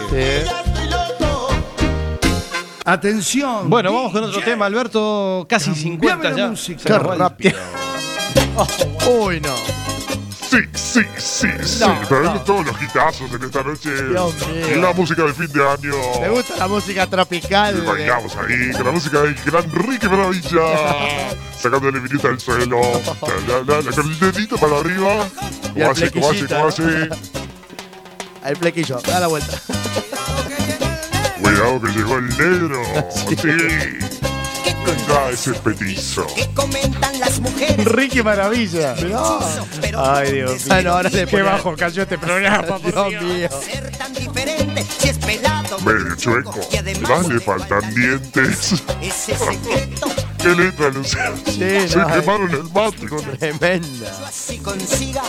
S2: Atención.
S4: Bueno, vamos con otro tema, Alberto. Casi 50
S2: la
S4: ya.
S2: música.
S7: <laughs>
S4: Se nos va el-
S7: Uy, no.
S9: Sí, sí, sí, sí.
S7: No,
S9: Pero
S7: no.
S9: vemos todos los hitazos en esta noche.
S7: Dios mío.
S9: La música del fin de año.
S7: Me gusta la música
S9: Y
S7: tropical.
S9: bailamos ahí con la música del gran Ricky
S7: <laughs>
S9: Maravilla. Sacándole minita del suelo. La, la, la, con el dedito para arriba.
S7: Y al
S9: Como hace, como hace,
S7: flequillito,
S9: como
S7: ¿no?
S9: hace.
S7: El plequillo, da la vuelta. <laughs>
S9: Cuidado que llegó el
S7: <laughs>
S9: negro. Sí. Da ese petizo.
S15: Comentan las mujeres.
S7: Ricky Maravilla.
S4: Ay, Dios mío.
S7: Ah, no, ahora le
S4: Qué
S7: ponen-
S4: bajo cayó este programa, por
S7: Dios
S4: Dios.
S7: mío.
S15: diferente, si es pelado.
S9: Medio chueco.
S15: Y además
S9: Más le
S15: <laughs>
S9: faltan dientes.
S15: Ese secreto
S9: Qué letra, Lucía.
S7: Sí,
S9: Se
S7: no, eh. ay.
S9: quemaron el mate. con el-
S7: Tremenda.
S15: si consiga.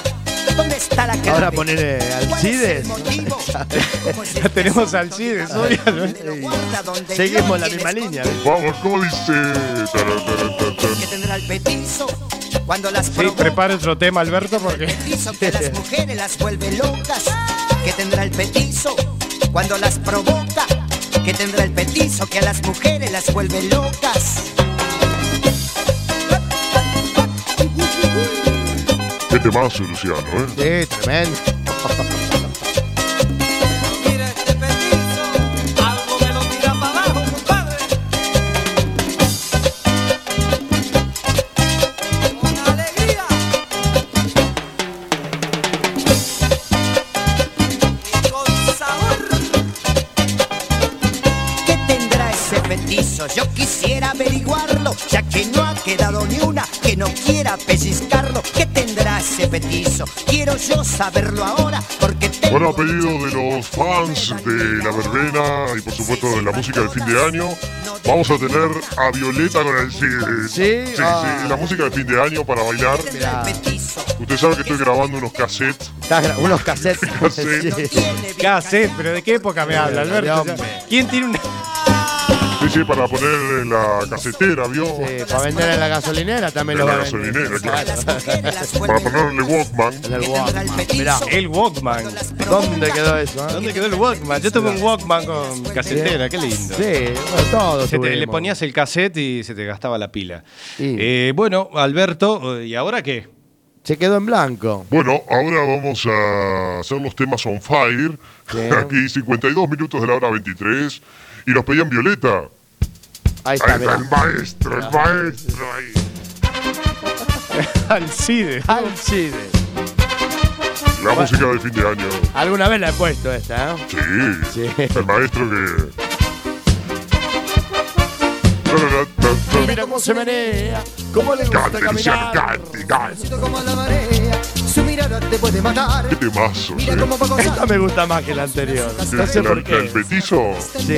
S15: ¿Dónde está la clave?
S7: Ahora poner eh, Alcides. <laughs>
S15: Pues
S4: Ya tenemos al CIDES hoy.
S7: Seguimos la misma línea. ¿eh?
S9: Vamos, ¿cómo dice? Tarán, tarán, tarán, tarán.
S15: Que tendrá el petizo cuando las
S4: Sí, prepara otro tema, Alberto, porque.
S15: petizo que
S7: <laughs>
S15: las mujeres las vuelve locas. Que tendrá el petizo cuando las provoca. Que tendrá el petizo que a las mujeres las vuelve locas.
S9: Qué temazo, Luciano, ¿eh?
S7: Sí, tremendo.
S15: ¿Qué tendrá ese petizo? Yo quisiera averiguarlo, ya que no ha quedado ni una que no quiera pellizcarlo. ¿Qué tendrá ese petizo? Quiero yo saberlo ahora, porque tengo
S9: Bueno, a pedido de los fans de la verbena y por supuesto de la música del fin de año, vamos a tener a Violeta con el CIDES.
S7: Sí,
S9: sí,
S7: ah.
S9: la música del fin de año para bailar.
S7: Mirá.
S9: Usted sabe que estoy grabando unos cassettes.
S7: Estás gra- unos cassettes.
S9: Cassette.
S7: Sí.
S4: Cassette, pero ¿de qué época me habla, Alberto? Ya- ¿Quién tiene una.?
S9: Sí, sí, para poner en la casetera, ¿vio?
S7: Sí, para vender en la gasolinera también
S9: En
S7: lo
S9: la
S7: va a vender.
S9: gasolinera, claro.
S7: <laughs>
S9: Para ponerle Walkman.
S7: En el Walkman. Mirá,
S4: El Walkman.
S7: ¿dónde quedó eso? eh?
S4: ¿Dónde quedó el Walkman? Yo tuve un Walkman con casetera, qué lindo.
S7: Sí, bueno, todo
S4: Se te- le
S7: tuvimos.
S4: ponías el cassette y se te gastaba la pila.
S7: Sí.
S4: Eh, bueno, Alberto, eh, ¿y ahora qué?
S7: Se quedó en blanco.
S9: Bueno, ahora vamos a hacer los temas on fire.
S7: Bien.
S9: <laughs> Aquí 52 minutos de la hora 23. Y nos pedían Violeta. Ahí
S7: Ahí está,
S9: está el
S7: mirá.
S9: maestro, el maestro ahí.
S4: Alcide.
S7: Alcides.
S9: La música del fin de año.
S7: Alguna vez la he puesto esta, ¿eh?
S9: Sí. El maestro que.
S7: <laughs> Mira cómo se menea, cómo le gusta
S9: Cante, Luciano,
S7: caminar.
S9: cante, cante.
S15: como la marea, su mirada te puede matar.
S9: Qué temazo. ¿eh?
S15: Mira cómo va
S7: Esta
S15: gozando,
S7: me gusta más que la anterior. No sé
S9: El,
S7: por
S9: el
S7: qué.
S9: petizo.
S7: Sí,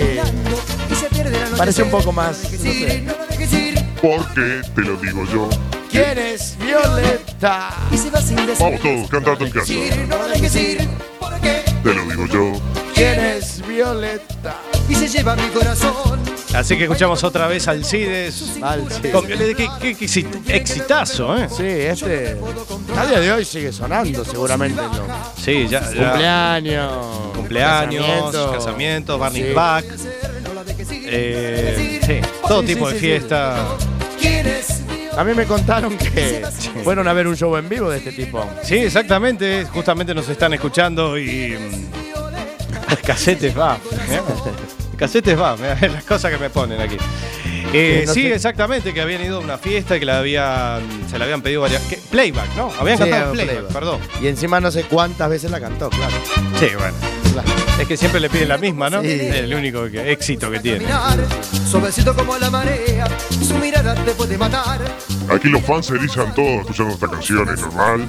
S15: y se pierde la noche.
S7: parece un poco más. no sé.
S15: No lo dejes ir,
S9: Porque te lo digo yo.
S7: ¿Quién es Violeta?
S15: y se va sin
S9: Vamos
S15: decir.
S9: todos cantando en casa.
S15: No lo dejes ir, porque
S9: Te lo digo yo.
S7: ¿Quién es Violeta?
S15: y se lleva mi corazón.
S4: Así que escuchamos otra vez Alcides.
S7: Alcides.
S4: Con- ¿Qué, qué- qué exit- exitazo, ¿eh?
S7: Sí, este. A día de hoy sigue sonando, seguramente no.
S4: Sí, ya. ya.
S7: Cumpleaños.
S4: Cumpleaños,
S7: casamiento.
S4: casamientos, Barney
S7: Sí.
S4: Back. Eh, sí, todo
S7: Sí,
S4: tipo
S7: sí,
S4: de
S7: sí,
S4: fiesta.
S7: A mí me contaron que fueron a ver un show en vivo de este tipo.
S4: Sí, exactamente. Justamente nos están escuchando y. mm, <laughs> Casetes va. mirá. Casetes va, mirá las cosas que me <laughs> ponen aquí. Eh,
S7: Sí, no
S4: sí,
S7: sé.
S4: exactamente, que habían ido a una fiesta y que la habían, se la habían pedido varias. que- Playback, ¿no? Habían
S7: Sí,
S4: cantado
S7: un
S4: playback,
S7: playback.
S4: perdón.
S7: Y encima no sé cuántas veces la cantó, claro.
S4: Sí, bueno.
S7: claro.
S4: Es que siempre le piden la misma, ¿no?
S7: Sí.
S4: Es el único que- éxito que tiene.
S15: Caminar, suavecito como la marea, su mirada te puede matar.
S9: Aquí los fans se erizan todos escuchando estas canciones, normal.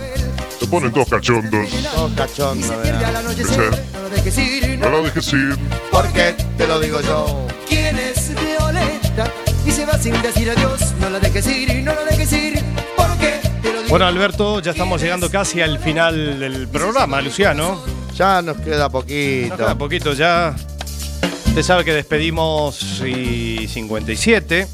S9: Se ponen todos cachondos.
S7: Todo cachondo,
S15: Pierde al
S7: ¿verdad?
S15: anochecer, no lo dejes ir,
S9: No lo dejes ir.
S7: Porque te lo digo yo.
S15: ¿Quién es Violeta? Y se va sin decir adiós, no la dejes ir, no la dejes ir, porque te lo digo.
S4: Bueno, Alberto, ya estamos llegando casi al final del programa, Luciano.
S7: Ya nos queda
S4: Nos
S7: poquito.
S4: queda poquito ya. Usted sabe que despedimos y 57.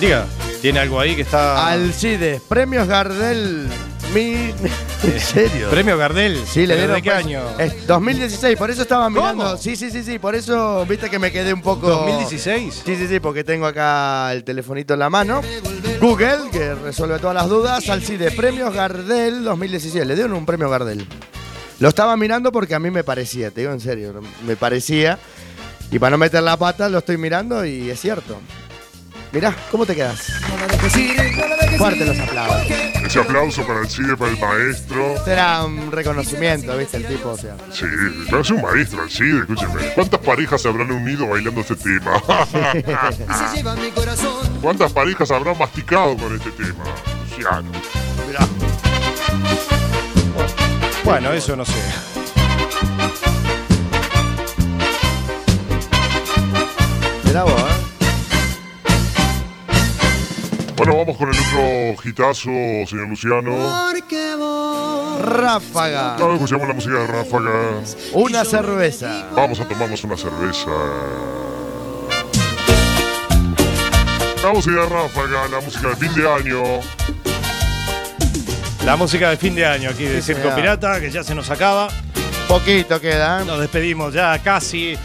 S4: Diga, Tiene algo ahí que está.
S7: Alcides, premios Gardel. Mi...
S4: <laughs>
S7: ¿En serio?
S4: Premio Gardel.
S7: Sí, le
S4: ¿Desde
S7: dieron.
S4: qué
S7: pues,
S4: año?
S7: es 2016, por eso estaba mirando. Sí, sí, sí, sí, por eso viste que me quedé un poco.
S4: ¿2016?
S7: Sí, sí, sí, porque tengo acá el telefonito en la mano. Google, que resuelve todas las dudas. Alcide, premios Gardel 2017. Le dieron un premio Gardel. Lo estaba mirando porque a mí me parecía, te digo en serio, me parecía. Y para no meter la pata, lo estoy mirando y es cierto. Mirá, ¿cómo te quedas? Fuerte los aplausos.
S9: Ese aplauso para el Cide, para el maestro.
S7: Será un reconocimiento, ¿viste? El tipo, o sea.
S9: Sí, pero es un maestro el Cide, escúcheme. ¿Cuántas parejas se habrán unido bailando este tema? ¿Cuántas parejas habrán masticado con este tema? Luciano.
S4: Bueno, eso no sé.
S7: Mirá vos, ¿eh?
S9: Bueno, vamos con el otro gitazo, señor Luciano.
S7: Ráfaga.
S9: Ahora escuchamos la música de Ráfaga.
S7: Una cerveza.
S9: Vamos a tomarnos una cerveza. La música de Ráfaga, la música de fin de año.
S4: La música de fin de año aquí de Circo
S7: señor.
S4: Pirata, que ya se nos acaba.
S7: Poquito queda. ¿eh?
S4: Nos despedimos ya casi.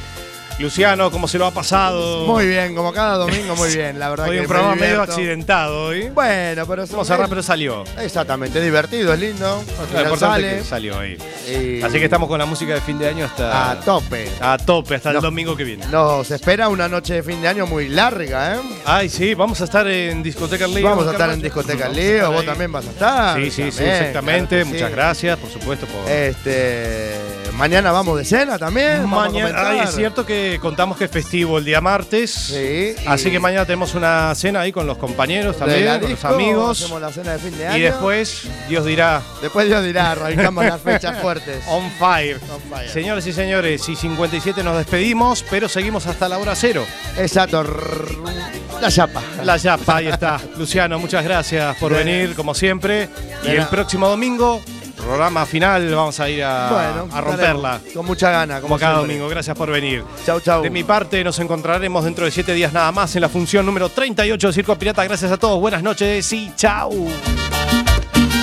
S4: Luciano, ¿cómo se lo ha pasado?
S7: Muy bien, como cada domingo, muy bien. La verdad
S4: Hoy
S7: que
S4: un programa
S7: me
S4: medio
S7: divierto.
S4: accidentado hoy.
S7: Bueno, pero
S4: Vamos a cerrar, pero salió.
S7: Exactamente, es divertido, es lindo. Al
S4: Lo
S7: final
S4: importante es
S7: sale
S4: que salió ahí.
S7: Y-
S4: Así que estamos con la música de fin de año hasta.
S7: a tope.
S4: A tope, hasta el
S7: No.
S4: domingo que viene.
S7: Nos espera una noche de fin de año muy larga, ¿eh?
S4: Ay, sí, vamos a estar en Discoteca Leo.
S7: Vamos a estar
S4: Carlos.
S7: en discoteca
S4: Vamos a
S7: Leo,
S4: estar
S7: vos
S4: ahí.
S7: también vas a estar.
S4: Sí, sí, sí,
S7: también,
S4: exactamente.
S7: claro que
S4: Muchas
S7: sí.
S4: gracias, por supuesto, por.
S7: Este, mañana vamos de cena también. vamos a
S4: Mañana,
S7: comentar.
S4: ay, es cierto que contamos que es festivo el día martes.
S7: Sí.
S4: Así
S7: y-
S4: que mañana tenemos una cena ahí con los compañeros
S7: de
S4: también,
S7: la
S4: con los
S7: disco,
S4: amigos.
S7: Hacemos la cena de fin de año.
S4: Y después, Dios dirá.
S7: Después Dios dirá, arrancamos
S4: <laughs>
S7: las fechas fuertes.
S4: On fire.
S7: On fire.
S4: Señores y señores, y 57 nos despedimos, pero seguimos hasta la hora cero.
S7: Exacto. La chapa.
S4: La Yapa, ahí está. Luciano, muchas gracias por
S7: De-
S4: venir, como siempre. Y
S7: de
S4: el
S7: nada.
S4: próximo domingo, programa final, vamos a ir a,
S7: Bueno,
S4: a romperla.
S7: estaremos Con mucha gana,
S4: Como
S7: como
S4: cada
S7: siempre.
S4: domingo, gracias por venir.
S7: Chau, chau.
S4: De mi parte, nos encontraremos dentro de siete días nada más en la función número 38 de Circo Pirata. Gracias a todos, buenas noches y chau.